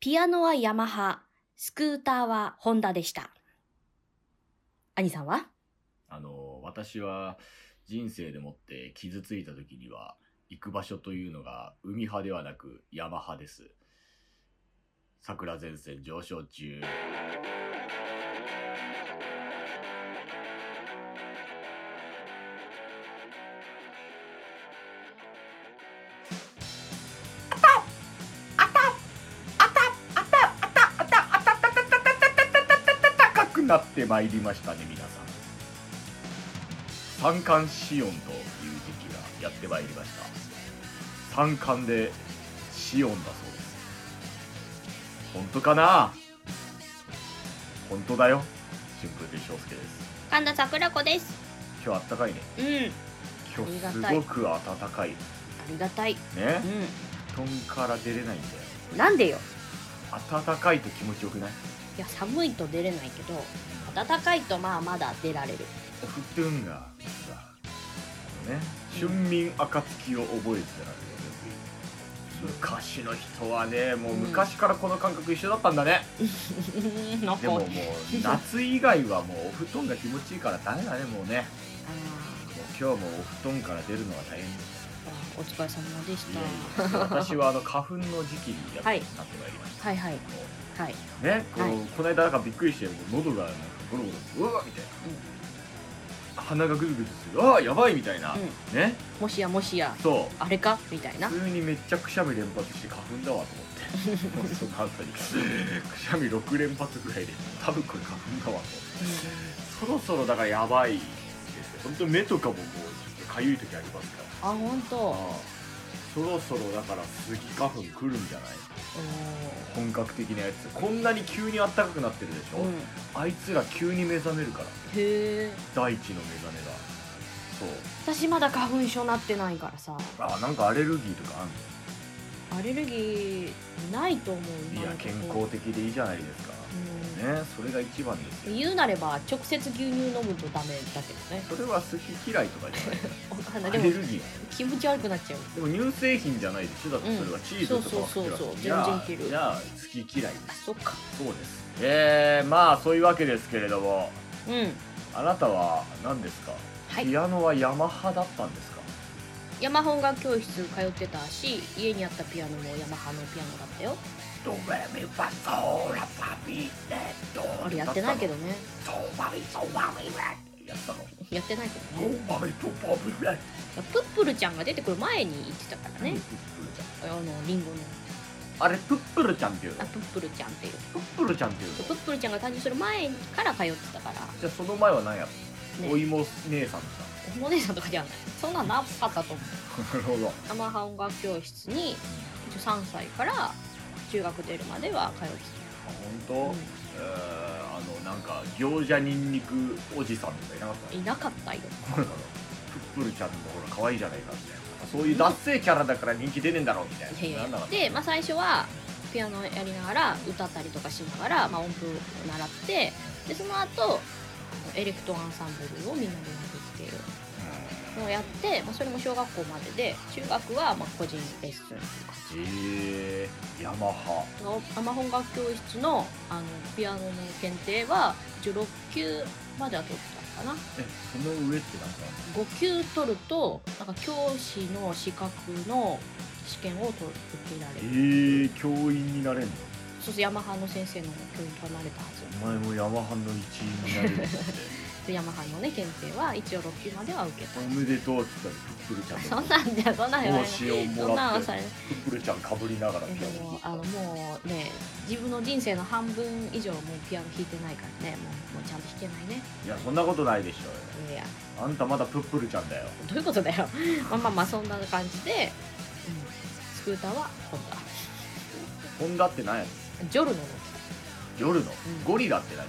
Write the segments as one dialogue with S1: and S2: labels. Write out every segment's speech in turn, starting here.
S1: ピアノはヤマハ、スクーターはホンダでした。兄さんは
S2: あの、私は人生でもって傷ついた時には、行く場所というのが海派ではなく山派です。桜前線上昇中。高くなってまいりましたね、皆さん。三寒四温という時期がやってまいりました三寒で四温だそうです本当かな本当だよ春風亭昇介です
S1: 神田桜子です。
S2: 今日あったかいね
S1: うん。あ
S2: 今日すごく暖かいね
S1: りがたい。う
S2: 布団から出れないん
S1: ん。なんでよ。
S2: だよ暖かいと気持ちよくない
S1: いや、寒いと出れないけど、暖かいとまあまだ出ら れる。
S2: お布団がさあのね春眠暁を覚えてたらね昔の人はねもう昔からこの感覚一緒だったんだね、
S1: なん
S2: で
S1: か
S2: ももう夏以外はもうお布団が気持ちいいからダメだねもうねもう今日もお布団から出るのは大変です
S1: お疲れ様でし
S2: い
S1: た。
S2: やいや私はあの花粉の時期にやっ、
S1: はい
S2: なってまいりました
S1: はいはい
S2: もう
S1: はい。
S2: ねこう、
S1: はい
S2: この間なんかびっくりしてもう喉がなんかゴロゴロうわみたいな鼻がグズグズするああやばいみたいな、
S1: う
S2: ね
S1: うん、もしやもしや、
S2: そう
S1: あれかみたいな。
S2: 普通にめっちゃくしゃみ連発して花粉だわと思ってもうそのあたりくしゃみ6連発ぐらいで多分これ花粉だわと思ってそろそろだからやばいですよ本当目とかももうちょっとかゆい時ありますから
S1: あ、本当。
S2: ああそろそろだからスギ花粉来るんじゃない本格的なやつこんなに急に暖かくなってるでしょ、
S1: うん。
S2: あいつら急に目覚めるから
S1: へえ。
S2: 大地の目覚めがそう
S1: 私まだ花粉症なってないからさ。
S2: ああなんかアレルギーとかあんの
S1: アレルギーないと思う。
S2: いや
S1: 今のとこ
S2: 健康的でいいじゃないですか、ねそれが一番です
S1: うん。
S2: よ
S1: 言うなれば直接牛乳飲むとダメだけどね。
S2: それは好き嫌いとかじゃない
S1: わかんない。
S2: ア
S1: で
S2: レ
S1: も
S2: ルギー
S1: 気持ち悪くなっちゃう。
S2: でも乳製品じゃないでしょだってそれはチーズとかは
S1: そうそうそうそう
S2: 好きだから
S1: 全然いける
S2: じゃあ好き嫌いで
S1: あ、
S2: す
S1: そっか。
S2: そうですえー、まあそういうわけですけれども
S1: うん。
S2: あなたは何ですか、
S1: はい。
S2: ピアノはヤマハだったんですか
S1: ヤマハ音楽教室通ってたし、家にあったピアノもヤマハのピアノだったよ。
S2: ドレミファソーラファビレド
S1: あれやってないけどね。
S2: ソーバリソーバリレやったの
S1: やってないけどね。
S2: ーバリソーバリレ
S1: プップルちゃんが出てくる前に言ってたからね、あのリンゴの
S2: あれプップルちゃんっていうの
S1: あプップルちゃんっていう
S2: プップルちゃんっていうの
S1: プップルちゃんが誕生する前から通ってたから
S2: じゃあその前は何やっ
S1: ね
S2: お芋姉さんだ
S1: おもねさんとかじゃないそんななかったと思う
S2: なるほど
S1: アマハ音楽教室に3歳から中学出るまでは通って、
S2: 本当、えーあのなんか行者にんにくおじさんとかいなかった
S1: いなかったよ
S2: たプップルちゃんのほら可愛いじゃないかみたいなそういう脱性キャラだから人気出ねえんだろうみたいない
S1: やいや
S2: なんだろう
S1: で、まあ、最初はピアノやりながら歌ったりとかしながら、まあ、音符を習ってでその後あのエレクトーンアンサンブルをみんなでやるっていうのをやって、まあ、それも小学校までで中学はまあ個人レッスン
S2: うんえー、ヤマハ
S1: アマ本楽教室のあのピアノの検定は一応6級までは取ったのかな
S2: えその上ってなんか
S1: 5級取るとなんか教師の資格の試験を取受けら
S2: え
S1: れる
S2: ー、教員になれんの
S1: そうするとヤマハの先生の教員と離れたはず
S2: お前もヤマハの一員になれるって
S1: でヤマハのね検定は一応6級までは受け
S2: おめでとうって言ったらプップルちゃんの
S1: たそんなんじゃそんなん言わ
S2: 帽
S1: れない
S2: 子を
S1: そん
S2: も
S1: なん
S2: ら
S1: は
S2: って
S1: されない
S2: プップルちゃんかぶりながら
S1: え
S2: ピア
S1: で
S2: ノ弾
S1: も
S2: いた
S1: あのもうね自分の人生の半分以上もうピアノ弾いてないからねもうもうちゃんと弾けないね
S2: いやそんなことないでしょ
S1: いや
S2: うよあんたまだプップルちゃんだよ
S1: どういうことだよまあまあまあそんな感じで、うん、スクーターはホン
S2: ホンダって何やねん
S1: ダジョルノの
S2: 夜の
S1: ん
S2: ゴリラって何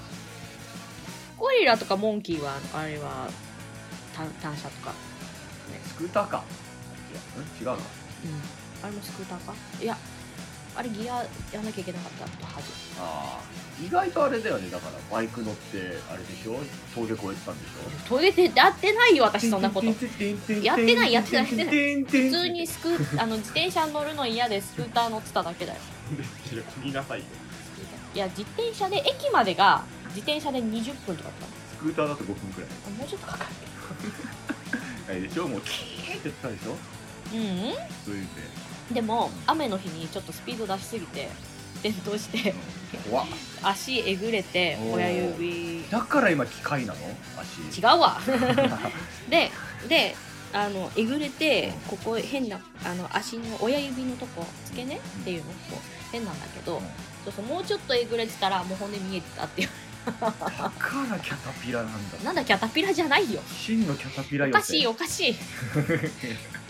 S1: ゴリラとかモンキーはあれは単単車とか、
S2: スクーターかいやん違
S1: う
S2: うの
S1: ん、あれもスクーターかいやあれギアやんなきゃいけなかったはず
S2: ああ意外とあれだよねだからバイク乗ってあれでしょ峠越えてたんでしょ
S1: トイレでやってないよ私そんな ことやってないやってないやってない
S2: 普
S1: 普通にスクーあの自転車乗るの嫌でスクーター乗ってただけだよ
S2: 見なさいよ
S1: いや自転車で駅までが自転車で20分とかだったの
S2: スクーターだと5分くらい
S1: あもうちょっとかかる
S2: あれでしょもうキーってやってたでしょ
S1: うん
S2: そういう
S1: うんでも雨の日にちょっとスピード出しすぎて転倒して
S2: で怖っ
S1: 足えぐれて
S2: おー
S1: 親指違
S2: だから今機械なの足
S1: うわ でであのえぐれてここ変なあの足の親指のとこ付け根っていうのこう変なんだけど、
S2: うん
S1: そうそうもうちょっとえぐれてたらもう骨見えてたっていう
S2: だからキャタピラなんだ
S1: なんだキャタピラじゃないよ
S2: 真のキャタピラ
S1: お
S2: よ
S1: かしいおかしい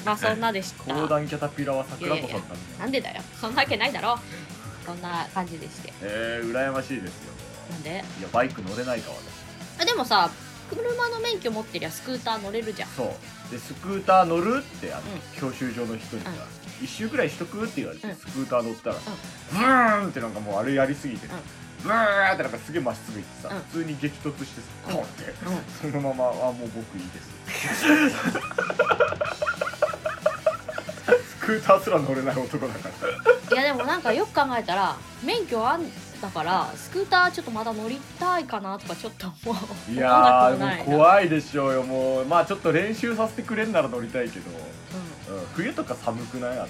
S1: まあそんなでした
S2: 高段キャタピラは桜子さんなんだ
S1: なんでだよそんなわけないだろそんな感じでして
S2: えー、羨ましいですよ
S1: なんで
S2: いやバイク乗れないか私
S1: あでもさ車の免許持ってりゃスクーター乗れるじゃん
S2: そうでスクーター乗るってあの、
S1: うん
S2: 教習所の人にさ、
S1: うん
S2: 一周くらいしとくって言われて、
S1: うん
S2: スクーター乗ったら、ブーンってなんかもうあれやりすぎて、ブーンってなんかすげえまっすぐ行ってさ、
S1: うん
S2: 普通に激突してさ
S1: うん
S2: ポンって、
S1: うん
S2: そのままあもう僕いいです スクーターすら乗れない男だから
S1: いやでもなんかよく考えたら免許あんだからスクーターちょっとまだ乗りたいかなとかちょっと思う
S2: い
S1: い
S2: やー
S1: な
S2: で
S1: い
S2: も
S1: な
S2: 怖いでしょうよもうまあちょっと練習させてくれんなら乗りたいけど、うん、冬とか寒くないあ
S1: う
S2: と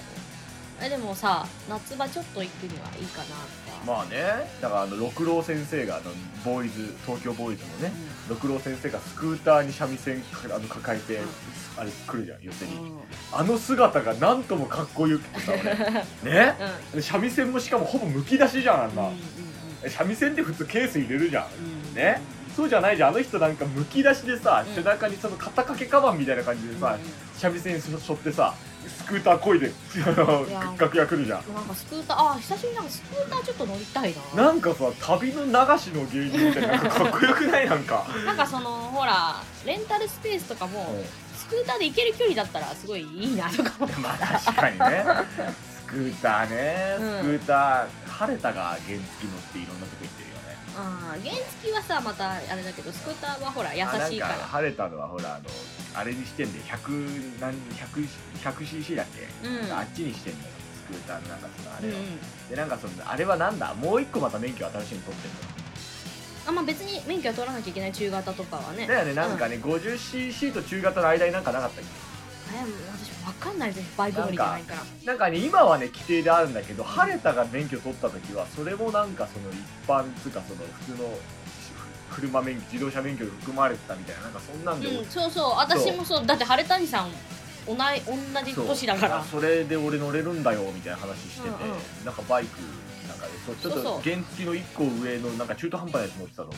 S1: ん、えでもさ夏場ちょっと行くにはいいかなとか、
S2: まあねだからあの六郎先生があのボーイズ東京ボーイズのね
S1: う
S2: 六郎先生がスクーターに三味線かあの抱えて、
S1: うん
S2: あれ来るじゃん寄せに、
S1: んうん
S2: あの姿がなんともかっこよくてさ 俺ね
S1: うん
S2: 三味線もしかもほぼむき出しじゃんあん
S1: うん
S2: な、
S1: うん
S2: 三味線って普通ケース入れるじゃん
S1: うん
S2: ねそうじゃないじゃんあの人なんかむき出しでさ、
S1: うん
S2: 背中にその肩掛けカバンみたいな感じでさ、三味線しょってさスクーターこいで
S1: や
S2: 楽屋来るじゃん
S1: うんなんかスクーターあー久しぶりになんかスクーターちょっと乗りたいな
S2: なんかさ旅の流しの芸人みたいななんかかっこよくないなんか
S1: なんかそのほらレンタルスペースとかも、スクーターで行ける距離だったらすごいいいなとか思って
S2: まあ確かにねスクーターね
S1: うん
S2: スクーター、晴れたが原付乗っていろんなとこ行ってるよね
S1: あー原付はさまたあれだけどスクーターはほら優しいか
S2: あなん
S1: ら
S2: 晴れたのはほらあのあれにしてんで100何 100, 100cc だっけ、
S1: うん
S2: あっちにしてんのよスクーターのなんかそのあ
S1: う
S2: れ
S1: んう
S2: を、
S1: ん
S2: でなんかそのあれはなんだもう一個また免許新しいの取ってんの
S1: あまあ別に免許は取らなきゃいけない中型とかはね
S2: だよねなんかね、50cc と中型の間になんかなかったっけ
S1: あれも私分かんないですバイク乗りじゃないから
S2: なんかね今はね規定であるんだけど晴れたが免許取った時はそれもなんかその一般つうかその普通の車免許自動車免許で含まれてたみたいななんかそんなんで、
S1: うんそうそう私もそうだって晴れ谷さん同い同じ
S2: そう
S1: 年だから
S2: あそれで俺乗れるんだよみたいな話してて、
S1: うんう
S2: なんかバイクなんかねそうちょっ
S1: そう
S2: と
S1: そう
S2: 原付の1個上のなんか中途半端なやつ乗ってたと思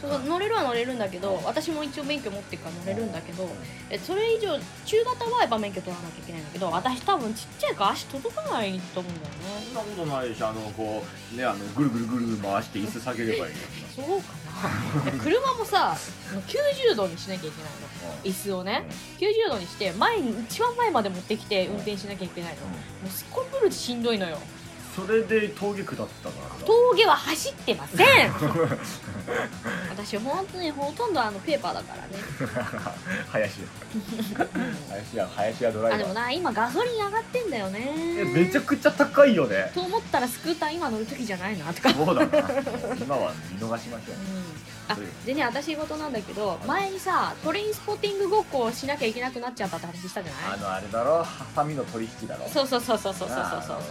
S1: そう乗れるは乗れるんだけど私も一応免許持ってるから乗れるんだけどえそれ以上中型はやっぱ免許取らなきゃいけないんだけど私多分ちっちゃいから足届かないと思うんだよ
S2: そ
S1: ね
S2: んなことないでしょあのこうねあのぐるぐるぐるぐる回して椅子下げればいいのに
S1: そうか な車もさ90度にしなきゃいけないの
S2: うん
S1: 椅子をね90度にして前に一番前まで持ってきて運転しなきゃいけないのもうすっこぶるとしんどいのよ
S2: うんそれで峠下ったからさ
S1: 峠は走ってませ ん私本当にほとんどあのペーパーだからね
S2: 林家林家林家ドライ
S1: あ
S2: バー
S1: でもな今ガソリン上がってんだよね
S2: えめちゃくちゃ高いよね
S1: と思ったらスクーター今乗る時じゃないなとかうん
S2: そうだな今は見逃しましょ
S1: あでね私事なんだけど前にさトレインスポーティングごっこをしなきゃいけなくなっちゃったって話したじゃな
S2: あのあれだろハサミの取引だろ
S1: いそうそうそうそうそうそう
S2: な
S1: そ
S2: あ
S1: うそうそう
S2: あの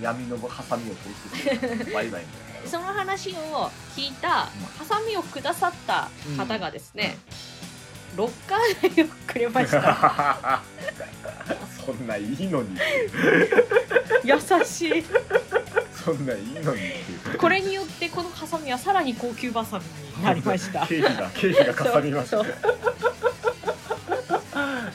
S2: 闇のハサミを取引 する売買みたいな
S1: その話を聞いた、ハサミをくださった方がですね、ロッカー代をくれました
S2: そんないいのに
S1: 優しい
S2: そんないいのにっていう
S1: これによってこのハサミはさらに高級バサミになりました
S2: 経費が経費 がかさみました
S1: そう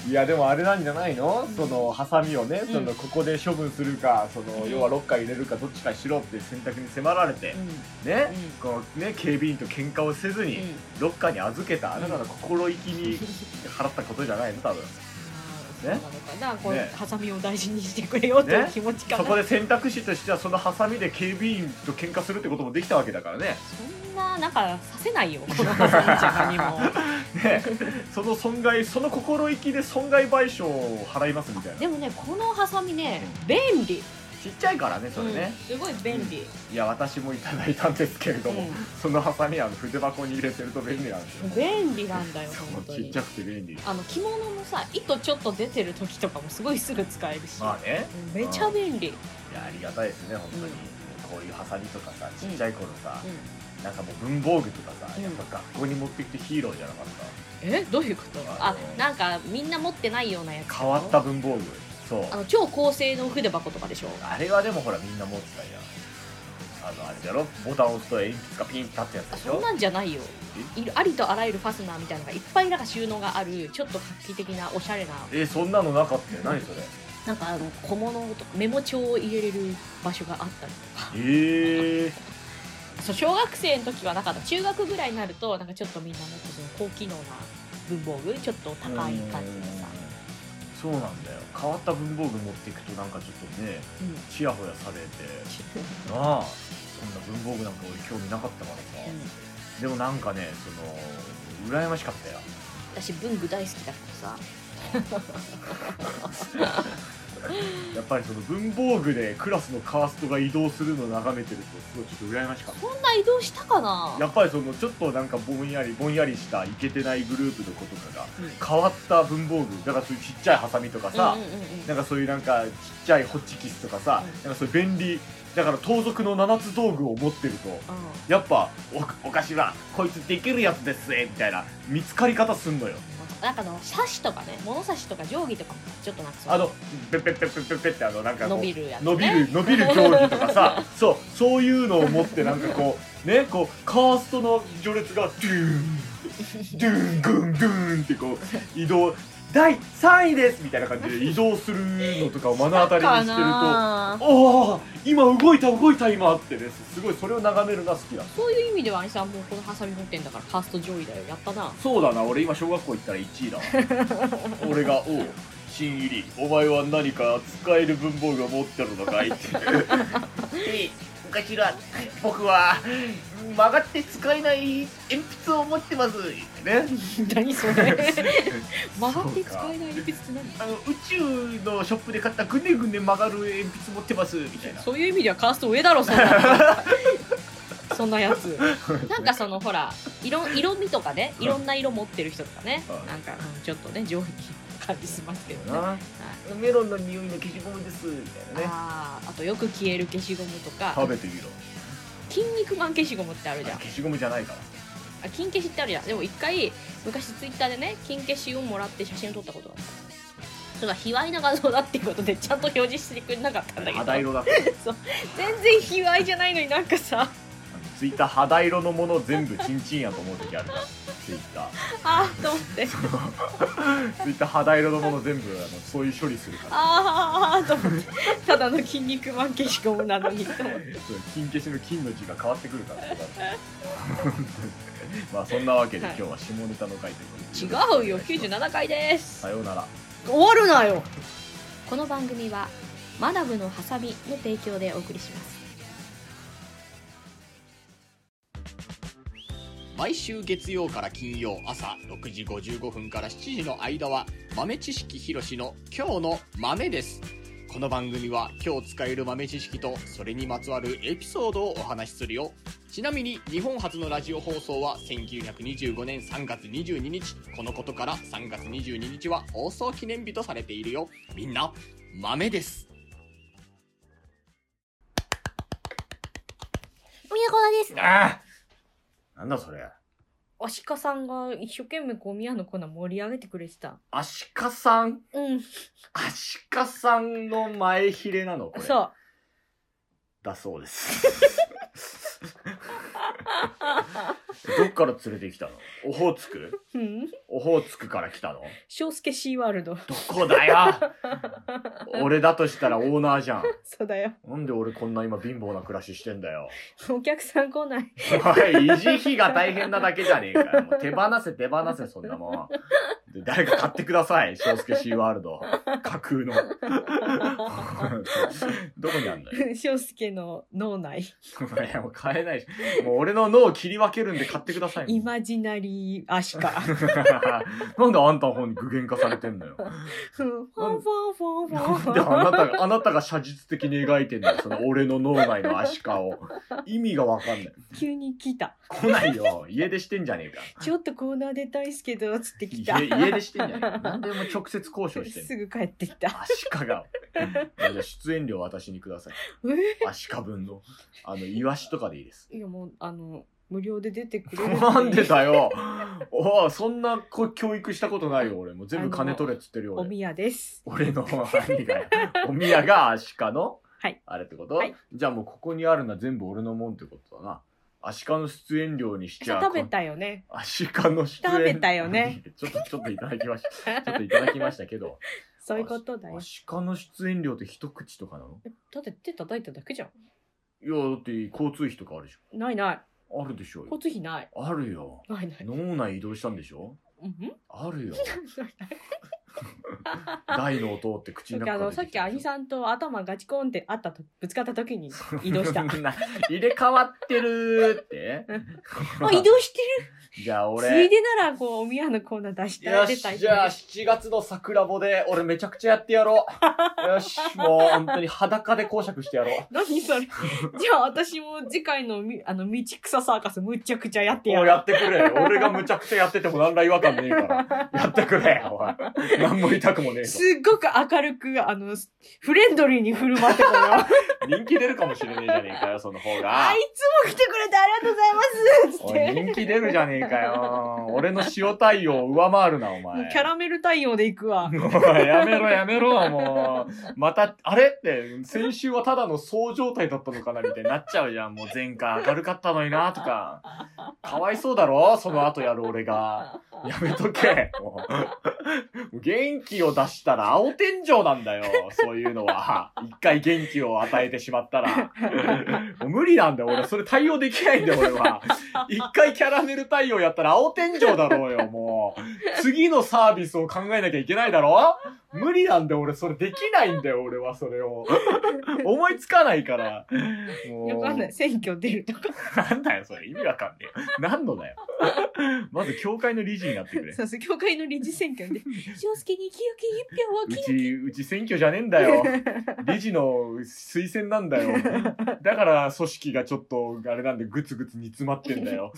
S2: いやでもあれなんじゃないの、
S1: うん
S2: そのハサミをね、
S1: うん
S2: そのここで処分するかその、
S1: うん
S2: 要はロッカー入れるかどっちかにしろって選択に迫られて、ね、このね警備員と喧嘩をせず
S1: うん
S2: に、
S1: うん
S2: ロッカーに預けたあなたの心意気に
S1: うん
S2: 払ったことじゃないの多分
S1: あそうなのかな、こう、ハサミを大事にしてくれよという気持ちかな、
S2: そこで選択肢としてはそのハサミで警備員と喧嘩するってこともできたわけだからね
S1: そんななんかさせ ないよこのハサミちゃんにも
S2: ねその損害その心意気で損害賠償を払いますみたいな
S1: でもねこのハサミね便利
S2: ちっちゃいからねそれね、
S1: うんすごい便利、
S2: いや私もいただいたんですけれども、
S1: うん
S2: そのハサミは筆箱に入れてると便利なんです よ
S1: 便利なんだよ
S2: そう
S1: 本当
S2: ちっ
S1: に
S2: ちゃくて便利
S1: あの着物のさ糸ちょっと出てる時とかもすごいすぐ使えるし、
S2: まあね
S1: うんめちゃ便利、
S2: いやありがたいですね本当に、
S1: うん
S2: こういうハサミとかさちっちゃい頃さ、
S1: うん
S2: なんかもう文房具とかさ、
S1: うん
S2: やっぱ学校に持ってきてヒーローじゃなかった
S1: えどういうこと
S2: あ
S1: あ
S2: の
S1: なんかみんな持ってないようなやつ
S2: 変わった文房具そう
S1: あの超高性能筆箱とかでしょ
S2: あれはでもほらみんな持ってたじゃんあのあれだろボタンを押すと鉛筆がピンって立ってやつ
S1: あ
S2: でし
S1: そん
S2: ょ
S1: なんじゃないよいるありとあらゆるファスナーみたいなのがいっぱいなんか収納があるちょっと画期的なおしゃれな
S2: えそんなのなかったよ何それ
S1: なんかあの小物とかメモ帳を入れれる場所があったりとか
S2: ええ
S1: そう小学生の時はなかった中学ぐらいになるとなんかちょっとみんなもっとその高機能な文房具ちょっと高い感じのさ、
S2: そうなんだよ変わった文房具持っていくとなんかちょっとね
S1: うん
S2: チヤホヤされてなあそんな文房具なんか俺興味なかったからさ、
S1: うん
S2: でもなんかねその羨ましかったよ
S1: 私文具大好きだからさ
S2: やっぱりその文房具でクラスのカーストが移動するのを眺めてるとすごいちょっと羨ましかった
S1: こんな移動したかな
S2: やっぱりそのちょっとなんかぼんやりぼんやりしたイケてないグループの子とかが
S1: うん
S2: 変わった文房具だからそういうちっちゃいハサミとかさ
S1: うん、うんうんうん
S2: なんかそういうなんかちっちゃいホッチキスとかさ、
S1: うん
S2: なんかそういう便利だから盗賊の七つ道具を持ってると
S1: うん
S2: やっぱおお菓子はこいつできるやつですぜみたいな見つかり方すんのよ
S1: なんかあのサシとかね物差しとか定規とかもちょっとなんかそう
S2: あのペッペッペッペッペッペッってあのなんかこう
S1: 伸びるやつ、ね、
S2: 伸びる伸びる競技とかさそうそういうのを持ってなんかこうねこうカーストの序列がドゥーンドゥーングンドゥーンってこう移動第3位ですみたいな感じで移動するのとかを目の当たりにしてると
S1: な
S2: おお今動いた動いた今ってねすごいそれを眺めるのが好きだ
S1: そういう意味では兄さんもうこのハサミ持ってんだからファースト上位だよやった な
S2: そうだな俺今小学校行ったら1位だわ 俺が「おう新入りお前は何か使える文房具を持ってるのかい?」って「えおかしら僕は曲がって使えない鉛筆を持ってます」ね
S1: 何 それ曲がって使えない鉛筆って何
S2: あの宇宙のショップで買ったぐねぐね曲がる鉛筆持ってますみたいな
S1: そういう意味ではカースト上だろそんなのそんなや つなんかそのほら色色味とかねいろんな色持ってる人とかね
S2: はい
S1: なんかうんちょっとね上位に感じしますけどね
S2: なメロンの匂いの消しゴムですみたいなね
S1: あーあとよく消える消しゴムとか
S2: 食べてみろ
S1: 筋肉マン消しゴムってあるじゃん
S2: 消しゴムじゃないから
S1: あ金消しってあるじゃんでも一回昔ツイッターでね金消しをもらって写真を撮ったことがあったそれが卑猥な画像だっていうことでちゃんと表示してくれなかったんだけど
S2: 肌
S1: 全
S2: 色だから
S1: 然卑猥じゃないのになんかさ
S2: ツイッター肌色のもの全部チンチンやと思う時あるからツイッター
S1: ああと思って
S2: ツイッター肌色のもの全部あのそういう処理するから
S1: ああと思ってただの筋肉マン消しゴムなのにと思って
S2: そう金消しの金の字が変わってくるからねだ ってまあそんなわけで
S1: は
S2: 今
S1: い
S2: 日は下ネタの回ということで
S1: 違うよ97回です
S2: さようなら
S1: 終わるなよこの番組は「マダムのハサミ」の提供でお送りします
S3: 毎週月曜から金曜朝6時55分から7時の間は豆知識ひろしの今日の豆です。この番組は今日使える豆知識とそれにまつわるエピソードをお話しするよ。ちなみに日本初のラジオ放送は1925年3月22日。このことから3月22日は放送記念日とされているよ。みんな、豆です。
S1: 宮古田です
S2: ああなんだそれ
S1: アシカさんが一生懸命ゴミ屋の粉盛り上げてくれてた。
S2: アシカさん
S1: うん、
S2: アシカさんの前ヒレなのこれ
S1: そう。
S2: だそうです どっから連れてきたのオホーツク
S1: うん
S2: オホーツクから来たの
S1: 翔介シーワールド。
S2: どこだよ俺だとしたらオーナーじゃん
S1: そうだよ。
S2: なんで俺こんな今貧乏な暮らししてんだよ。
S1: お客さん来ない。
S2: おい、維持費が大変なだけじゃねえかよ。もう手放せ手放せそんなもん。で誰か買ってください、翔介シーワールド。架空の。 どこにあんのよ。
S1: 翔介の脳内
S2: いや、もう買えないし。もう俺の脳を切り分けるんで買ってください。
S1: イマジナリーアシ カフ
S2: なんであんたの方に具現化されてんのよ。
S1: ォンフォンフォン フ
S2: なんで
S1: ォン
S2: あなたが、あなたが写実的に描いてんのよ。その俺の脳内のアシカを。意味がわかんない。
S1: 急に来た
S2: 来ないよ。家出してんじゃねえか。
S1: ちょっとコーナー出たいっすけどつって来た
S2: 家家出してんじゃねえか。なんでも直接交渉してんの
S1: すぐ帰ってきた
S2: アシカが。いやじゃあ出演料私にください。
S1: え
S2: アシカ分の。あの、イワシとかでいいです。
S1: いやもうあの無料で出てくれ る
S2: なんでだよ。おうそんなこ教育したことないよ、俺。もう全部金取れっつってるよ、
S1: お
S2: 俺。
S1: みやです
S2: 俺の兄が、お宮がアシカの、
S1: はい
S2: あれってこと、
S1: はい
S2: じゃあもうここにあるのは全部俺のもんってことだな。アシカの出演料にしちゃ
S1: 食べたよね
S2: アシカの出演
S1: 食べたよね。
S2: ちょっと、ちょっといただきました。ちょっといただきました けど。
S1: そういうことだよ
S2: アシカの出演料って一口とかなの
S1: えだって手叩いただけじゃ
S2: いや、だって交通費とかあるでし
S1: んないない
S2: ょ。あるでしょうよ
S1: 交。通費ない
S2: あるよ。
S1: ないない
S2: 脳内移動したんでしょ
S1: うん
S2: あるよ。
S1: だ
S2: 大の音って口の
S1: って
S2: 中
S1: あ
S2: から
S1: の
S2: 出
S1: さって
S2: き
S1: き
S2: た
S1: 兄さんと頭ガチコンってあったとぶつかった時に移動した。あ
S2: そんな入れ替わってるーって。
S1: 移動して
S2: じゃあ
S1: るつい
S2: 俺。
S1: でならこうお宮のコーナー出したら
S2: よ
S1: 出た
S2: し、
S1: い
S2: じゃあ7月の桜穂で俺めちゃくちゃやってやろう。よし、もう本当に裸で講釈してやろう。
S1: 何それじゃあ私も次回のみあの道草サーカスむちゃくちゃやってや
S2: もう
S1: る
S2: やってくれ。俺がむちゃくちゃやってても何ら違和感ね えから。やってくれ。おい。何も痛くもねえ
S1: すっごく明るくあのフレンドリーに振る舞ってこよう
S2: から。人気出るかもしれねえじゃねえかよ、その方が
S1: あい。つも来てくれてありがとうご
S2: お
S1: ざい
S2: い、
S1: ますつって
S2: 人気出るじゃねえかよ。俺の塩対応を上回るな、お
S1: もう
S2: 前。
S1: キャラメル対応でいくわ
S2: もうやめろやめろもうまたあれって先週はただのそう状態だったのかなみたいになっちゃうじゃんもう前回明るかったのになとかかわいそうだろその後やる俺がやめとけもう元気を出したら青天井なんだよそういうのは一回元気を与えてしまったらもう無理なんだよ俺それ対応できないんだよ俺 は一回キャラメル対応やったら青天井だろうよもう次のサービスを考えなきゃいけないだろ無理なんで俺それできないんだよ俺はそれを 思いつかないからも
S1: よくわかんない選挙出るとか
S2: なんだよそれ意味わかんねえよ何のだよまず教会の理事になってくれ
S1: そうそう教会の理事選挙で「翔介に清き一票を
S2: う
S1: 切
S2: ちうち選挙じゃねえんだよ理事の推薦なんだ よだから組織がちょっとあれなんでグツグツ煮詰まってんだよ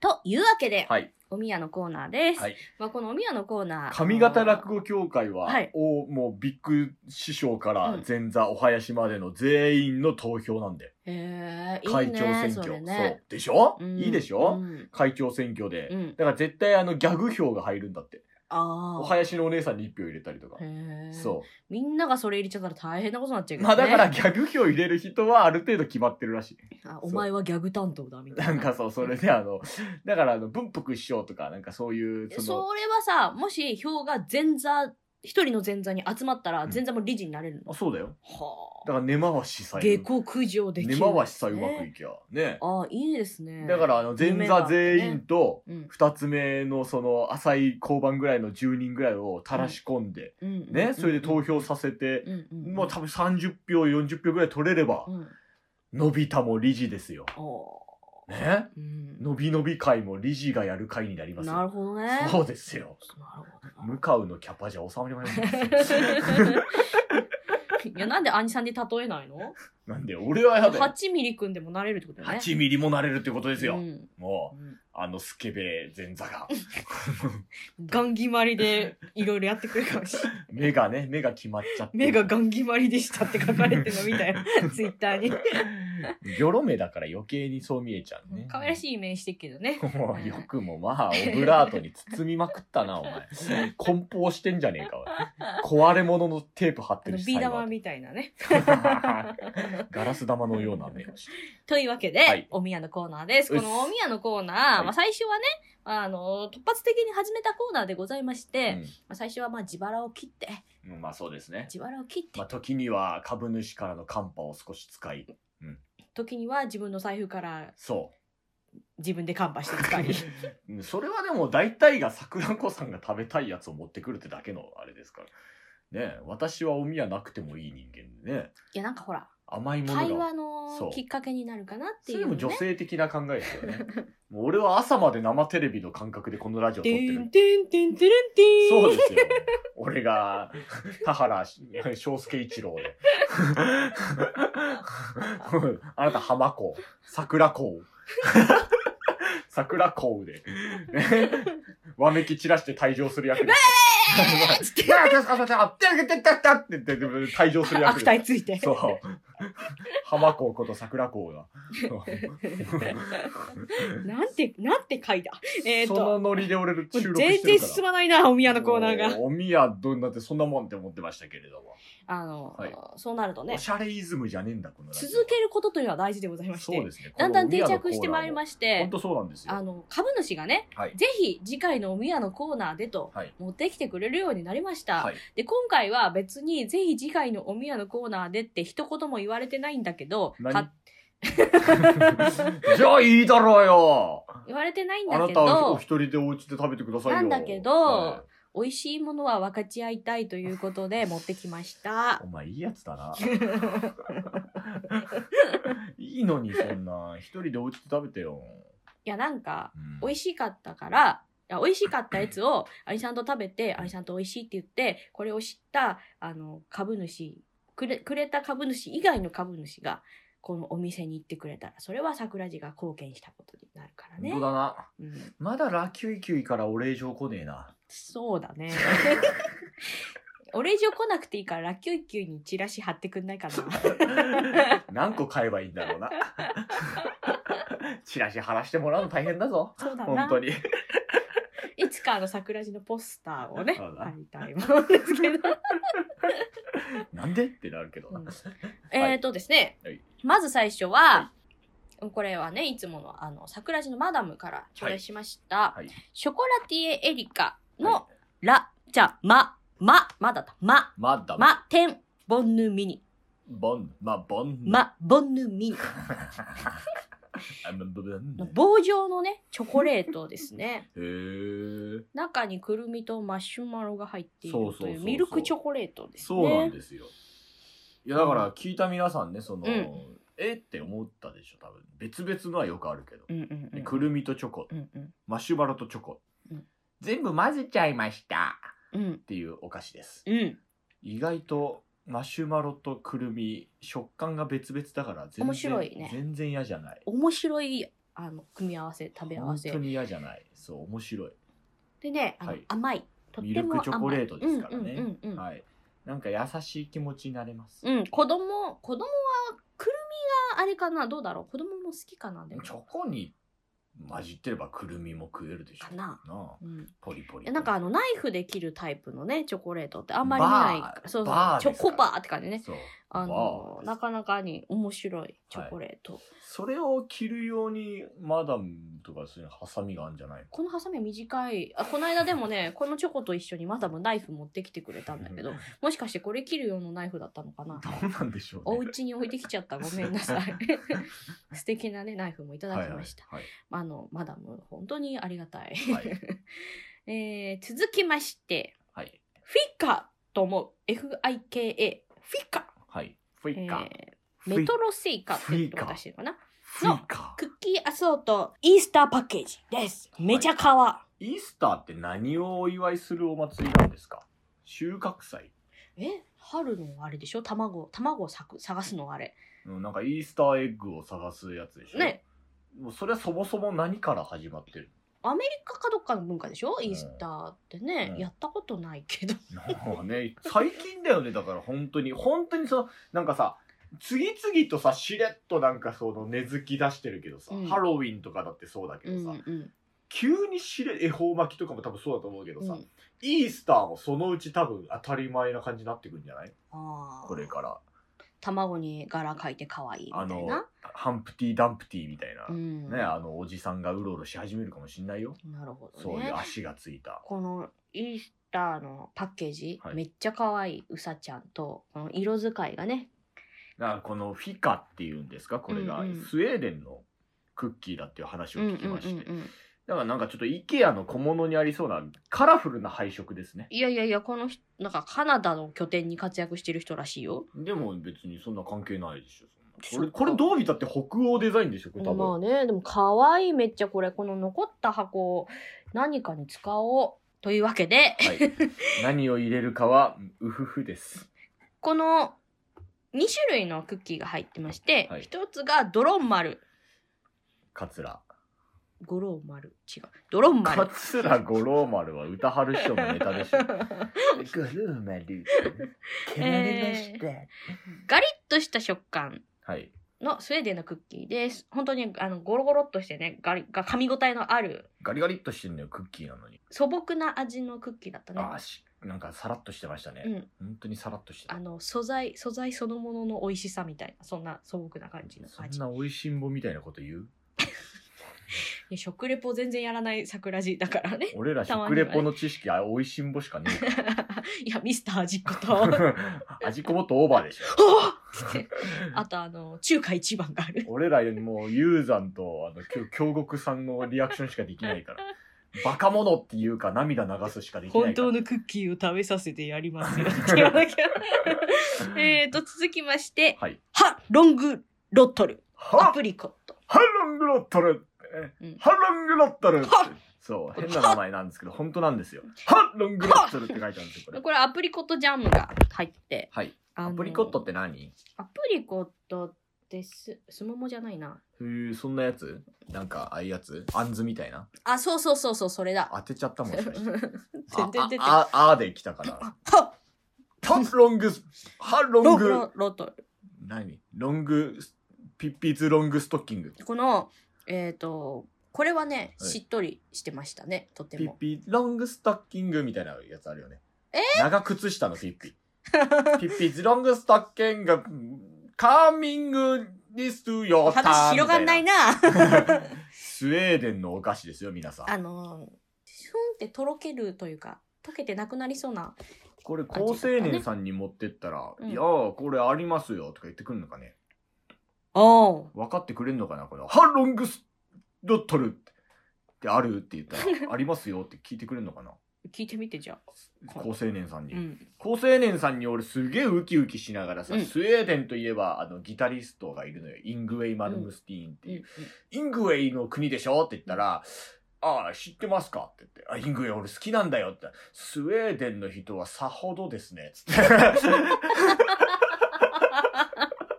S1: というわけで、
S2: はい
S1: おみやのコーナーです。
S2: はい
S1: まあ、このおみやのコーナー。
S2: 上方落語協会は、
S1: はい
S2: おもうビッグ師匠から
S1: うん
S2: 前座お囃子までの全員の投票なんで、
S1: へえ、いい
S2: 会
S1: ね。
S2: 長選
S1: そ
S2: 挙
S1: れね。
S2: うでしょ、
S1: うん
S2: いいでしょ、
S1: うん
S2: 会長選挙で、
S1: うん
S2: だから絶対あのギャグ票が入るんだって
S1: あ
S2: お
S1: あ。
S2: 囃子のお姉さんに1票入れたりとか、
S1: へえ。
S2: そ
S1: みんながそれ入れちゃったら大変なことになっちゃう
S2: う
S1: け
S2: まあ
S1: ど、ね。
S2: だからギャグ票入れる人はある程度決まってるらしい
S1: あお前はギャグ担当だ、みたい
S2: な
S1: な。
S2: んかそうそれであのだからあの文福師匠とかなんかそういう
S1: えそ
S2: その
S1: れはさ、もし票が前座、一人の前座に集まったら、
S2: うん
S1: 前座も理事になれるの。
S2: あそうだよ
S1: は
S2: だから根回し
S1: あ。
S2: さ
S1: 下校苦情でき
S2: 根
S1: る。
S2: 回しさうまくいきゃね
S1: ああ、いいですね。
S2: だからあの前座全員と
S1: うん、
S2: 2つ目のその浅い交番ぐらいの10人ぐらいを垂らし込んで、
S1: うんうんうんうん。
S2: ね、それで投票させて、
S1: うんうんうん、
S2: もう多分30票40票ぐらい取れれば、
S1: うん。
S2: のび太も理事ですよ。
S1: お
S2: ね
S1: ーうん
S2: のびのび会も理事がやる会になりますよ。
S1: なるほどね。なる
S2: そ
S1: ほ
S2: うですよ。
S1: どな
S2: 向かうのキャパじゃ収まりませんよ。
S1: いや、なんで兄さんで例えないの
S2: なんで俺はやだよ。
S1: ?8 ミリくんでもなれるってことだよね。
S2: 8ミリもなれるってことですよ。
S1: うん
S2: もう、
S1: う
S2: あのスケベ前座が。
S1: んガン決まりでいろいろやってくるかもしれ ない。
S2: 目がね、目が決まっちゃっ て。
S1: 目がガン決まりでしたって書かれてるの 見たよ。ツイッターに。
S2: ギョロ目だから余計にそう見えちゃうね。
S1: 可愛らしい面してるけどね。
S2: もうよくもまあオブラートに包みまくっ たなお前梱包してんじゃねえかおい壊れ物のテープ貼っ
S1: あ
S2: て
S1: の、
S2: るし
S1: ビー玉
S2: 幸い
S1: みたいな ね。
S2: ガラス玉のような目をして
S1: というわけで、
S2: はい
S1: おみやのコーナーです。
S2: うっ
S1: こ
S2: す
S1: のおみやのコーナー、
S2: はい
S1: まあ最初はね、あの、突発的に始めたコーナーでございまして、まあ最初はまあ自腹を切って、
S2: うんうんまあそうですね
S1: 自腹を切って
S2: まあ、時には株主からのカンパを少し使い
S1: 時には自分の財布から
S2: そ
S1: 自分でカンパして 使い
S2: うんそれはでも大体が桜子さんが食べたいやつを持ってくるってだけのあれですからねえ私はおみやなくてもいい人間でね
S4: いやなんかほら
S2: 甘いも
S4: 会
S2: のが
S4: 話
S2: そ
S4: の
S2: う
S4: きっかけになるかなって
S2: そ
S4: い
S2: れで
S4: う、
S2: も
S4: ね、
S2: 女性的な考えですよね もう俺は朝まで生テレビの感覚でこのラジオ撮って
S1: て
S2: る
S1: んてんてんてるんてん
S2: そうですよ。俺が、田原し章介一郎で。 あなた浜子、桜子。桜子で。ねわめき散らして退場する役 です。って退場する役
S1: 悪
S2: で
S1: 態ついて
S2: す。そう。浜子こと桜子が。
S1: なんてなんて回だえっ、ー、
S2: そ
S1: と
S2: の
S1: も
S2: ノリで俺収録
S1: う
S2: してるから。
S1: 全然進まないなお宮のコーナーが
S2: もうおみやどんなってそんなもんって思ってましたけれども。
S1: あの、
S2: はい
S1: そうなるとね
S2: おしゃれイズムじゃねえんだ、このラジオ
S1: 続けることというのは大事でございまし
S2: そう
S1: て
S2: ですね。
S1: だんだん定着してまいりま
S2: し。
S1: した
S2: 本
S1: て
S2: 当そうなんです
S1: あ
S2: よ。
S1: の株主がね、
S2: はい
S1: ぜひ次回のお宮のコーナーでと
S2: はい。
S1: 持ってきてくれるようになりました、
S2: はい。
S1: で今回は別にぜひ次回のお宮のコーナーでって一言も言われてないんだけど
S2: 何
S1: か
S2: じゃあいいだろうよ
S1: 言われてないん
S2: あ
S1: だ
S2: な
S1: け
S2: たはお
S1: ど
S2: 一人でお家で食べてくださいよ。
S1: なんだけど
S2: は
S1: 美味しいものは分かち合いたいということ で持ってきました
S2: いお前いいやつ だな。いいのにそんな。一人でお家で食べてよ。
S1: いやなんか
S2: うん
S1: 美味しかったからいや美味しかったやつを兄さんと食べて兄さんと美味しいって言ってこれを知ったあの株主くれくれた株主以外の株主がこのお店に行ってくれたらそれは桜地が貢献したことになるからね
S2: 本当。だな。
S1: うん、
S2: まだラキュイキュイからお礼状来ねえな。
S1: そうだ ね。俺以上来なくていいからラッキュイキュイにチラシ貼ってくんないかな。
S2: 何個買えばいいんだろうな。チラシ貼らしてもらうの大変だぞ。
S1: そうだ
S2: 本
S1: な
S2: 当。に。
S1: いつかあの桜地のポスターをね、
S2: そうだ
S1: 貼りたいもんですけど。
S2: なんでってなるけど
S1: う
S2: な。
S1: んえっとですね、
S2: はい
S1: まず最初は、これはね、いつものあの桜地のマダムから頂戴しました、
S2: はい。
S1: ショコラティエエリカの、
S2: はい
S1: ラ、じゃあ、ま、ま、まだった、ま、
S2: まだ、
S1: ま、てん、ボンヌミニ、
S2: ボン、ま、ボン、、
S1: ま、ボンヌミニ
S2: ブブン。
S1: の棒状のね、チョコレートですね。
S2: へー。
S1: 中にくるみとマシュマロが入ってい
S2: そ
S1: る
S2: うそ
S1: と
S2: うそう
S1: い
S2: そうう
S1: ミルクチョコレートですね。
S2: そうなんですよ。いや、だから
S1: う
S2: 聞いた皆さんね、その、
S1: うん
S2: えって思ったでしょ、多分。別々のはよくあるけど。
S1: うんうんう
S2: で
S1: ん。
S2: くるみとチョコ、
S1: うんうん
S2: マシュマロとチョコ。
S1: うん
S2: 全部混ぜちゃいました。
S1: うん
S2: っていうお菓子です。
S1: うん。
S2: 意外とマシュマロとくるみ食感が別々だから全然
S1: 面白いね
S2: 全然嫌じゃない
S1: 面白いあの組み合わせ食べ合わ
S2: 本
S1: せ
S2: 当。に嫌じゃないそう面白い、
S1: でね、あの
S2: はい
S1: 甘い。とっても
S2: ミルクチョコレートですから
S1: 甘
S2: ね
S1: いうんうんうんうん。
S2: はいなんか優しい気持ちになれます、
S1: うん子供子供はくるみがあれかなどうだろう子供も好きかなでも
S2: チョコに混じってればくるみも食えるでしょ
S1: かな
S2: なあ
S1: うん、
S2: ポリポリ
S1: えなんかあのナイフで切るタイプのねチョコレートってあんまり見ない
S2: バー
S1: そうそう
S2: バー
S1: チ
S2: で
S1: ョ
S2: すから
S1: コバーって感じね
S2: そう
S1: あの
S2: わあ
S1: なかなかに面白いチョコレート、
S2: それを切るようにマダムとかそういうハサミがあるんじゃない
S1: このハサミは短い。あ、この間でも ね、このチョコと一緒にまだもナイフ持ってきてくれたんだけど、もしかしてこれ切る用のナイフだったのかな
S2: どうなんでしょう
S1: お
S2: ね
S1: 家に置いてきちゃった。ごめんな さい。素敵なね、ナイフもいただきました。
S2: はい
S1: あの、マダム、本当にありがたい。
S2: はいは い、
S1: えー、続きまして、
S2: はい
S1: フィカと思う。F-I-K-A。フィカ。
S2: はい、フ
S1: え
S2: イカ、
S1: ーメトロセイカって言って
S2: フィカ
S1: 私のかな。
S2: フイカ
S1: クッキーアソートイースターパッケージです。めちゃかわ。
S2: イースターって何をお祝いするお祭りなんですか収穫祭
S1: え春のあれでしょ卵卵を咲く探すのあれ
S2: うんなんかイースターエッグを探すやつでしょ
S1: ね
S2: もうそれはそもそも何から始まってる
S1: アメリカかどっかの文化でしょイースターってね、
S2: うん
S1: やったことないけど
S2: もうね 最近だよねだから本当に本当にそのなんかさ次々とさしれっとなんかその根付き出してるけどさ、
S1: うん
S2: ハロウィンとかだってそうだけ
S1: う
S2: ど
S1: ん
S2: さ、
S1: うん
S2: 急にしれ恵方巻きとかも多分そうだと思うけどさ、
S1: うん
S2: イースターもそのうち多分当たり前な感じになってくんじゃない
S1: あー
S2: これから
S1: 卵に柄描いて可愛いみた
S2: あ
S1: い
S2: の
S1: な
S2: ハンプティ・ダンプティみたいな、
S1: うん
S2: ねあのおじさんがうろうろし始めるかもしんないよ、
S1: なるほ
S2: そ
S1: ど
S2: うい
S1: ね
S2: う足がついた
S1: このイースターのパッケージ、
S2: はい
S1: めっちゃ可愛いうさちゃんとこの色使いがね
S2: だからこのフィカっていうんですかこれが、
S1: うんうん
S2: スウェーデンのクッキーだっていう話を
S1: うんうん
S2: 聞きまして、
S1: うんうん
S2: だからなんかちょっと IKEA の小物にありそうなカラフルな配色ですね
S1: いやいやいやこの人なんかカナダの拠点に活躍してる人らしいよ
S2: でも別にそんな関係ないでしょそ
S1: そ
S2: ん
S1: っ
S2: な
S1: か
S2: これこれどう見たって北欧デザインでしょこれ多分、
S1: まあねでも可愛いめっちゃこれこの残った箱を何かに使おうというわけで
S2: はい、何を入れるかはうふふです
S1: この2種類のクッキーが入ってまして、
S2: はい
S1: 一つがドロンマル
S2: カツラ
S1: ゴロンマル違うドロンマ
S2: カ
S1: ル
S2: ツラ五郎丸は歌春師匠のネタでしょ五郎丸蹴られました、
S1: ガリッとした食感
S2: はい
S1: のスウェーデンのクッキーです本当にあのゴロゴロっとしてねガリが噛み応えのある
S2: ガリガリっとしてんのよクッキーなのに、
S1: 素朴な味のクッキーだったね
S2: ああしなんかさらっとしてましたね、
S1: うん
S2: 本当にさらっとしてた
S1: あの素材素材そのものの美味しさみたいなそんな素朴な感じの
S2: そ
S1: 味
S2: んな美味しんぼみたいなこと言う
S1: いや食レポ全然やらない桜地だからね
S2: 俺ら
S1: たま
S2: 食
S1: にはね
S2: レポの知識あ美味しんぼしかね えか
S1: いやミスター味っ子 と あ
S2: ら味こぼっとオーバーでしょ
S1: っつってあとあの中華一番がある
S2: 俺らよりもユーザンとあのきょ京極さんのリアクションしかできないからバカ者っていうか涙流すしかできな
S1: 本
S2: いか
S1: 当
S2: ら
S1: のクッキーを食べさせてやります よって言わなきゃえーと続きまして
S2: はい
S1: ハロングロットルア
S2: は
S1: プリコット
S2: ハロングロットル
S1: うん
S2: ハロングロットルって
S1: は
S2: そう変な名前なんですけど本当なん ですよハロングロットルって書いてあるんですよこれ
S1: これアプリコットジャムが入ってて
S2: はい
S1: あ
S2: ア
S1: の
S2: プリコットって何
S1: アプリコットってすすももじゃないな
S2: へえそんなやつなんかああいうやつあんずみたいな
S1: あそうそうそうそうそれだ
S2: 当てちゃったもん
S1: 全
S2: 最初
S1: 然出て
S2: ああああで来 たから
S1: は
S2: ハロングハロ
S1: ロ
S2: ング
S1: ロロトル
S2: 何ロングピッピーズロングストッキング
S1: このえっ、とこれはね、
S2: はい
S1: しっとりしてましたねとて
S2: ピッ
S1: も
S2: ピーロングストッキングみたいなやつあるよね
S1: え
S2: 長靴下のピッピピッピーズロングストッキングカーミングディストヨ タ
S1: 話広がんないな
S2: スウェーデンのお菓子ですよ皆さ
S1: あ
S2: ん
S1: のシュンってとろけるというか溶けてなくなりそうな
S2: これ高青年さんに持ってったら「
S1: うん
S2: いやーこれありますよ」とか言ってくるのかね
S1: おう
S2: 分かってくれんのかなこの「ハロングスドットル」ってあるって言った ら「ありますよ」って聞いてくれんのかな
S1: 聞いてみてじゃあ
S2: 高青年さんに、
S1: うん
S2: 高青年さんに俺すげえウキウキしながらさ、
S1: うん
S2: スウェーデンといえばあのギタリストがいるのよイングウェイ・マルムスティーンって
S1: うん
S2: いうう、
S1: ん
S2: イングウェイの国でしょって言ったら「ああ知ってますか?」って言って「あイングウェイ俺好きなんだよ」って「スウェーデンの人はさほどですね」つって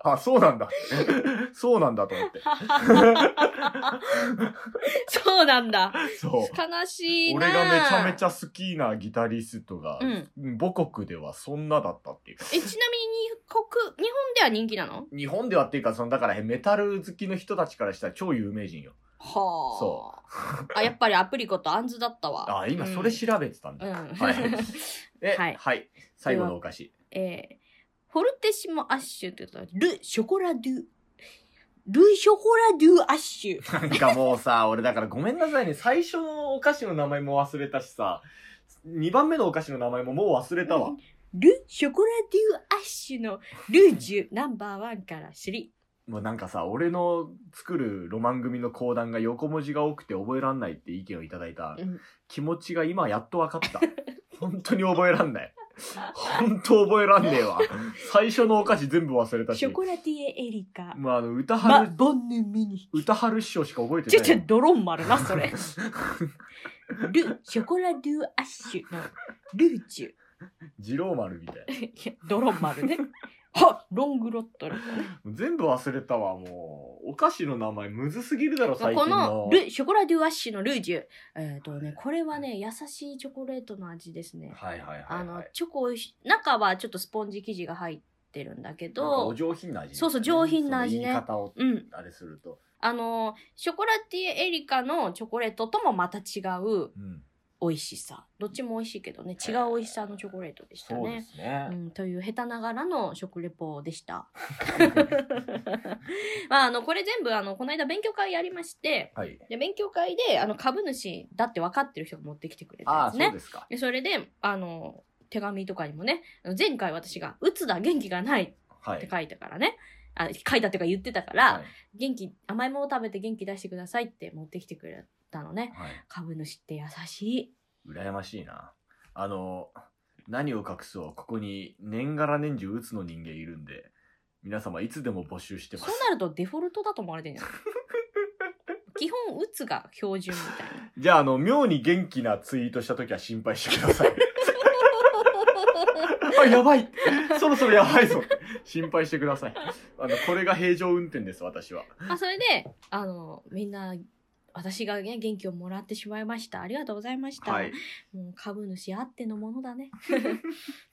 S2: あそうなんだそうなんだと思っ て
S1: そうなんだ
S2: そう
S1: 悲しいな
S2: 俺がめちゃめちゃ好きなギタリストが、
S1: うん
S2: 母国ではそんなだったっていう
S1: えちなみに日国日本では人気なの
S2: 日本ではっていうかそのだからメタル好きの人たちからしたら超有名人よ
S1: はあ
S2: そ
S1: あやっぱりアプリコとあんずだったわ
S2: あ今それ
S1: うん
S2: 調べてたんだ、
S1: うん、
S2: はいえ
S1: は
S2: はいい、最後のお菓子
S1: えー、フォルテシモアッシュって言ったら、ル・ショコラ・ドゥ、ル・ショコラ・ドゥ・アッシ ュ。
S2: なんかもうさ俺だからごめんなさいね最初のお菓子の名前も忘れたしさ2番目のお菓子の名前ももう忘れたわ、
S1: ル・ショコラ・ドゥ・アッシュのルージュナンバーワンから3。
S2: もうなんかさ俺の作るロマン組の講談が横文字が多くて覚えらんないって意見をいただいた
S1: うん
S2: 気持ちが今やっと分 かった。本当に覚えらんない。本当覚えらんねえわ。最初のお菓子全部忘れた
S1: シ
S2: し
S1: ョ。コラティエ・エリカ。
S2: まあ、あの、歌
S1: ま、
S2: 春、
S1: ボンヌ・ミニ。
S2: 歌春師匠しか覚えて
S1: ちょ
S2: ない。
S1: ちょ、ドロンマルな、そ れ。ル・ショコラ・ドゥ・アッシュのルージュ。
S2: 二郎丸みたいな。
S1: いやドロンマルね。はロングロットル。
S2: 全部忘れたわ、もう。お菓子の名前むずすぎるだろ、最
S1: こ
S2: 近
S1: の
S2: の。
S1: ル、ショコラ・ドゥ・アッシュのルージュ。えっ、とね、これはね、優しいチョコレートの味ですね。
S2: はいはいはい、はい。
S1: あ
S2: な
S1: の
S2: んか
S1: チョコ美味しい中はちょっとスポンジ生地が入ってるんだけ
S2: お
S1: ど
S2: 上品な味、
S1: そうそう上品な味ね
S2: その言い方を、
S1: うん
S2: あれすると。
S1: あのショコラティエエリカのチョコレートともまた違う
S2: うん。
S1: 美味しさどっちも美味しいけどね違う美味しさのチョコレートでした
S2: そうで
S1: ね。
S2: すね
S1: う。ん、という下手ながらの食レポで した。まあ、あの、これ全部、あの、この間勉強会やりまして、
S2: はい。
S1: で勉強会で、あの、株主だって分かってる人が持ってきてくれた
S2: ああ、
S1: んです
S2: そ
S1: ね
S2: う。ですか。
S1: でそれで、あの、手紙とかにもね、前回私が、うつだ、元気がない
S2: は
S1: って
S2: い。
S1: 書いたからね。あ書いたっていうか言ってたから、元気、甘いもの食べて元気出してくださいって持ってきてくれたのね。
S2: はい
S1: 株主って優しい。
S2: 羨ましいなあの何を隠そうここに年がら年中打つの人間いるんで皆様いつでも募集してま
S1: そう
S2: す
S1: なるとデフォルトだと思われてるじゃん。基本、打つが標準みたいな。
S2: じゃああの妙に元気なツイートした時は心配してくだ さい あやばいそろそろやばいぞ心配してくださいあのこれが平常運転です私は
S1: まあ、それで、あの、みんな、私が、ね、元気をもらってしまいました。ありがとうございました。
S2: はい
S1: もう株主あってのものだ ね。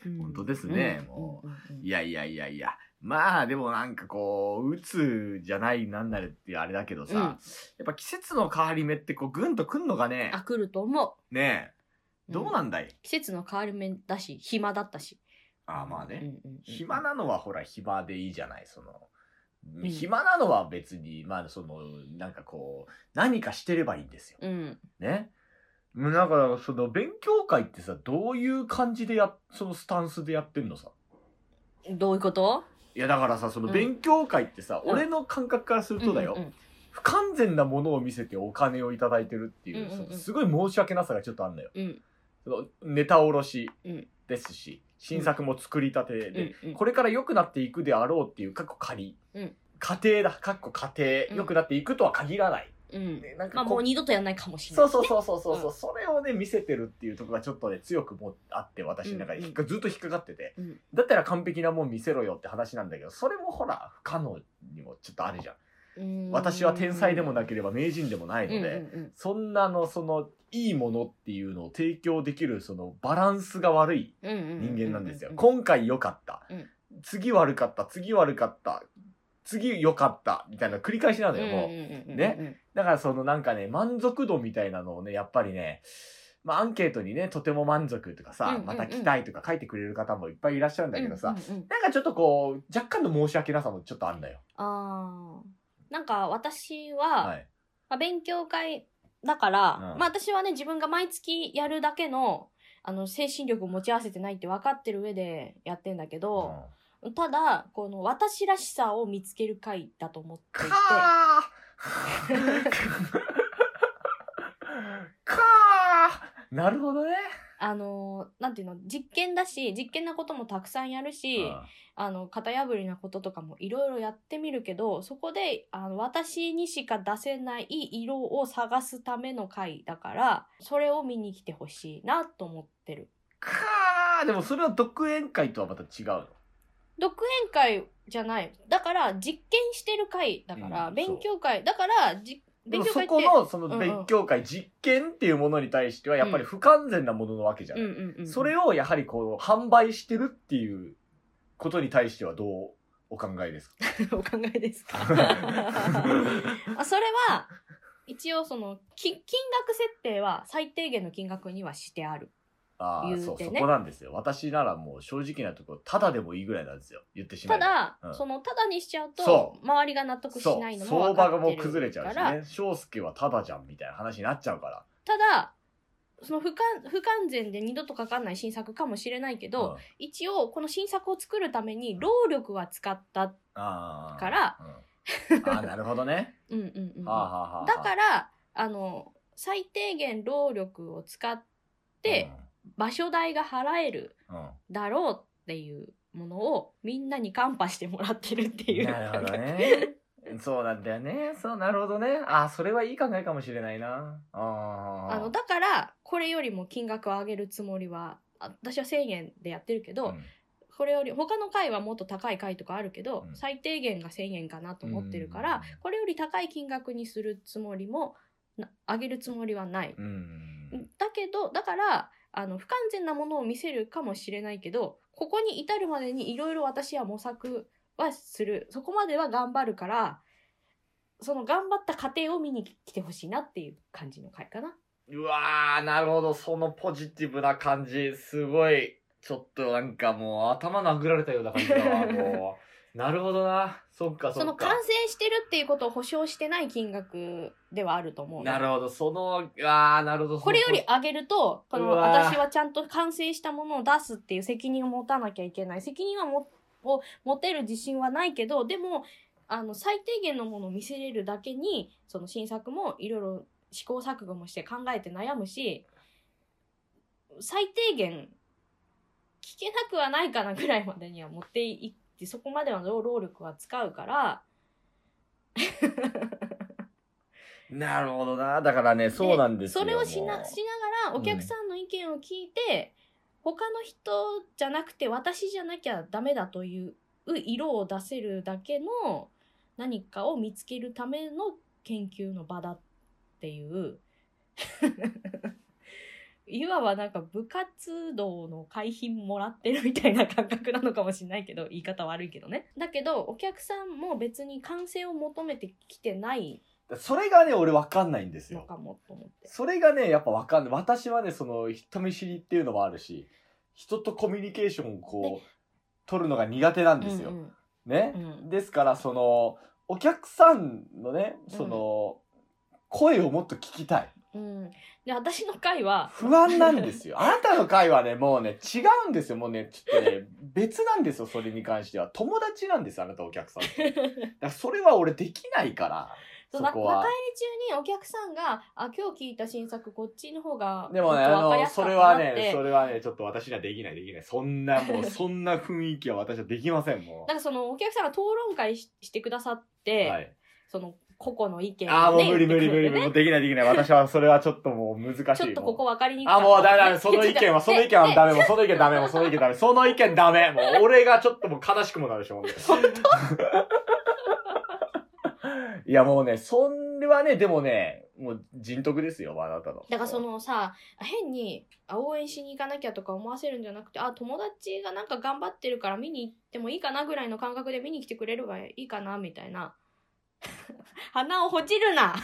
S1: うん
S2: 本当ですねも
S1: うんうんうん
S2: いやいやいやいや。まあでもなんかこう、鬱じゃないなんなるってあれだけどさ、
S1: うん
S2: やっぱ季節の変わり目ってこうぐんとくんのがね
S1: あ、、来ると思
S2: ねえ、
S1: う。
S2: どうなんんだい、
S1: 季節の変わり目だし、暇だったし。
S2: ああまあね、
S1: うんうんうんうん
S2: 暇なのはほら暇でいいじゃない、その。
S1: ん
S2: 暇なのは別に、まあその、なんかこう、何かしてればいいんですよ。
S1: うん。
S2: ね。うんなんかその勉強会ってさ、どういう感じでや、そのスタンスでやってんのさ。
S1: どういうこと
S2: いやだからさ、その
S1: うん
S2: 勉強会ってさ、
S1: うん
S2: 俺の感覚からするとだよ。
S1: んんん
S2: 不完全なものを見せてお金をいただいてるっていう、
S1: うんうんうん
S2: そのすごい申し訳なさがちょっとあんのよ。
S1: うん。
S2: そのネタ卸し
S1: うん
S2: ですし、新作も作りたてで、
S1: うんうん
S2: これから良くなっていくであろうっていう、かっこ仮。
S1: うん
S2: 家庭だ、かっこ家
S1: うん
S2: 庭。良くなっていくとは限らない。
S1: うん。
S2: ねなん
S1: ま
S2: か
S1: あ
S2: こ
S1: も
S2: う
S1: う二度とやんないかもしれな
S2: そ
S1: い。
S2: うそうそうそうそうそう、
S1: うん
S2: それをね見せてるっていうところがちょっとね強くもあって私の中で引っかずっと引っかかってて、
S1: うん
S2: だったら完璧なもん見せろよって話なんだけどそれもほら不可能にもちょっとあるじゃん、
S1: うん
S2: 私は天才でもなければ名人でもないので、
S1: うんうん
S2: そんなのそのいいものっていうのを提供できるそのバランスが悪い
S1: うんうんう
S2: 人間なんですよ、
S1: う
S2: 今回良かった、
S1: うん
S2: 次悪かった次悪かった次良かったみたいな繰り返しなのよ、もう。
S1: ね。
S2: だからそのなんかね、満足度みたいなのをね、やっぱりね、まあアンケートにね、とても満足とかさ、
S1: うんうんうん
S2: また期待とか書いてくれる方もいっぱいいらっしゃるんだけどさ、
S1: うんうんうん
S2: なんかちょっとこう、若干の申し訳なさもちょっとあんだよ。
S1: あーなんか私
S2: は
S1: は、
S2: い。
S1: まあ勉強会だから、
S2: うん
S1: まあ私はね、自分が毎月やるだけの、あの、精神力を持ち合わせてないって分かってる上でやってんだけど、ただ、この私らしさを見つける会だと思ってい
S2: か
S1: て、
S2: ーかーなるほどね。
S1: あの、なんていうの、実験だし、実験なこともたくさんやるし、あの型破りなこととかもいろいろやってみるけどそこであの私にしか出せない色を探すための回だからそれを見に来てほしいなと思ってる
S2: かーでもそれは独演会とはまた違うの。
S1: 独演会じゃないだから実験してる回だから、
S2: うん
S1: 勉強会だからじ
S2: で
S1: 勉
S2: も
S1: 強
S2: そ
S1: 会って
S2: このそ
S1: うんう
S2: の
S1: ん
S2: 勉強会、実験っていうものに対してはやっぱり不完全なもののわけじゃない。
S1: うんうんうん、
S2: それをやはりこう販売してるっていうことに対してはどうお考 えですか
S1: お考えですかあそれは一応そのき金額設定は最低限の金額にはしてある
S2: ああ、
S1: 言うて
S2: そう
S1: ね
S2: そこなんですよ私ならもう正直なところただでもいいぐらいなんですよ言ってしま
S1: た
S2: えば
S1: だ、
S2: うん
S1: そのただにしちゃうと
S2: そ
S1: 周りが納得し
S2: そ
S1: ないの
S2: う
S1: も
S2: 相
S1: 分か
S2: 場
S1: ってる
S2: がもう崩れちゃう
S1: から
S2: しね翔介はただじゃんみたいな話になっちゃうから
S1: ただその不完不完全で二度とかかんない新作かもしれないけど、
S2: うん
S1: 一応この新作を作るために労力は使った
S2: あー
S1: から、
S2: うんあーなるほ どね
S1: うんうんうん、
S2: はあはあはあ
S1: だからあの最低限労力を使って、場所代が払える
S2: うんうん
S1: だろうっていうものをみんなにカンパしてもらってるっていう
S2: なるほど ねそうなんだよねそうなるほどねあーそれはいい考えかもしれないなあー
S1: あのだからこれよりも金額を上げるつもりはあ私は1,000円でやってるけど、
S2: うん
S1: これより他の回はもっと高い回とかあるけど、
S2: うん
S1: 最低限が1,000円かなと思ってるから、
S2: うん
S1: これより高い金額にするつもりもな上げるつもりはない。
S2: うん
S1: だけどだからあの不完全なものを見せるかもしれないけどここに至るまでにいろいろ私は模索はするそこまでは頑張るからその頑張った過程を見に来てほしいなっていう感じの回かな。
S2: うわー、なるほど。そのポジティブな感じ、すごい。ちょっとなんかもう頭殴られたような感じだわ、も う。なるほどな。そっか、
S1: そ
S2: そ
S1: の
S2: っか
S1: 完。成してるっていうことを保証してない金額ではあると思うの
S2: なるほど、その、あー、なるほど。その
S1: これより上げるとこの
S2: うわー
S1: 私はちゃんと完成したものを出すっていう責任を持たなきゃいけない責任はもを持てる自信はないけどでもあの、最低限のものを見せれるだけに、その新作もいろいろ試行錯誤もして考えて悩むし、最低限、聞けなくはないかなぐらいまでには持っていって、そこまでは労力は使うから、
S2: なるほどな。だからね、そうなんですよ。
S1: それをし
S2: も
S1: な
S2: う
S1: しながらお客さんの意見を聞いて、他の人じゃなくて私じゃなきゃダメだという色を出せるだけの何かを見つけるための研究の場だっていう いわばなんか部活動の会費もらってるみたいな感覚なのかもしれないけど言い方悪いけどねだけどお客さんも別に完成を求めてきてない
S2: それがね、俺わかんないんです
S1: の
S2: よ。
S1: かもと思って
S2: それがね、やっぱわかんない。私はね、その、人見知りっていうのもあるし、人とコミュニケーションをこう、取るのが苦手なんですよ。
S1: うん
S2: ね、
S1: うん
S2: ですから、その、お客さんのね、その、声をもっと聞きたい。
S1: うん、で私の回は
S2: 不安なんですよ。あなたの会はね、もうね、違うんですよ。もうね、ちょっとね、別なんですよ。それに関しては。友達なんです、あなたお客さんと。だからそれは俺できないから。
S1: そ
S2: そう
S1: な
S2: こは
S1: 中入り中にお客さんが「あ今日聞いた新作こっちの方が
S2: でもね、
S1: ちょっ
S2: あ
S1: と分かり
S2: の、
S1: やすかっ
S2: それ
S1: たな
S2: は
S1: って
S2: ね、それはね、ちょっと私にはできない、できない。そんな、もう、そんな雰囲気は私はできません、も
S1: なんかそのお客さんが討論会ししてくださっ
S2: う。
S1: て、
S2: はい。
S1: その個々の意見
S2: ああ、
S1: を
S2: もう
S1: ね
S2: 無理無理無
S1: 言っ
S2: 理
S1: てく
S2: 無
S1: れて
S2: 理。できないできない。私は、それはちょっともう難しい。
S1: ちょっとここ分かりにく
S2: あ、もうダ メダメ、そ
S1: そ
S2: の
S1: の
S2: 意見は、その意見はダメ、もうその意見ダメ、もうその意見ダメ、その意見ダメ、もう俺がちょっともう悲しくもなるでしょ、本当 いやもうね、それはね、でもね、もう人徳ですよ、あなたの。
S1: だからそ、のさ変にあ応援しに行かなきゃとか思わせるんじゃなくてあ友達がなんか頑張ってるから見に行ってもいいかなぐらいの感覚で見に来てくれればいいかなみたいな 鼻をほじるな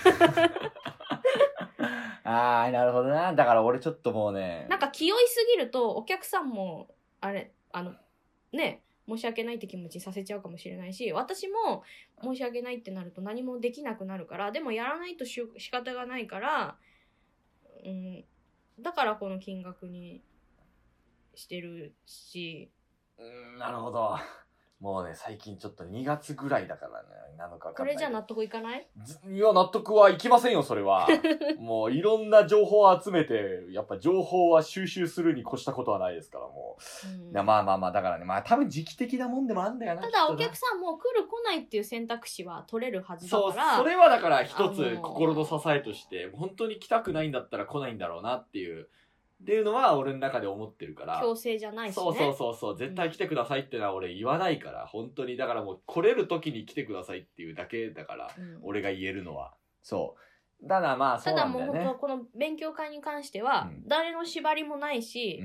S2: ああ、なるほどな。だから俺ちょっともうね、
S1: なんか気負いすぎるとお客さんもあれあのね申し訳ないって気持ちにさせちゃうかもしれないし私も申し訳ないってなると何もできなくなるからでもやらないとしゅ仕方がないから、うん、だからこの金額にしてるし
S2: うんなるほど。もうね、最近ちょっと2月ぐらいだからね、7日
S1: これじゃ納得いかない
S2: いや、納得はいきませんよ、そ れは。もう、いろんな情報を集めて、やっぱ情報は収集するに越したことはないですから、もう。
S1: うん
S2: いやまあまあまあ、だからね、まあ多分時期的なもんでもあんだよな。
S1: ただお
S2: きっ
S1: 客さんも来る来ないっていう選択肢は取れるは
S2: とな
S1: ずだ
S2: そう、
S1: から
S2: それはだから
S1: あ
S2: 一
S1: の
S2: つ
S1: ー
S2: 心の支えとして、本当に来たくないんだったら来ないんだろうなっていう、っていうのは俺の中で思ってるから。
S1: 強制じゃないしね
S2: そうそうそうそう絶対来てくださいってのは俺言わないから、本当にだからもう来れる時に来てくださいっていうだけだから
S1: うん
S2: 俺が言えるのはそうただまあそ
S1: た
S2: う
S1: だ
S2: なん
S1: も
S2: だ
S1: う
S2: よ
S1: 本当
S2: ね
S1: この勉強会に関しては
S2: うん
S1: 誰の縛りもないし、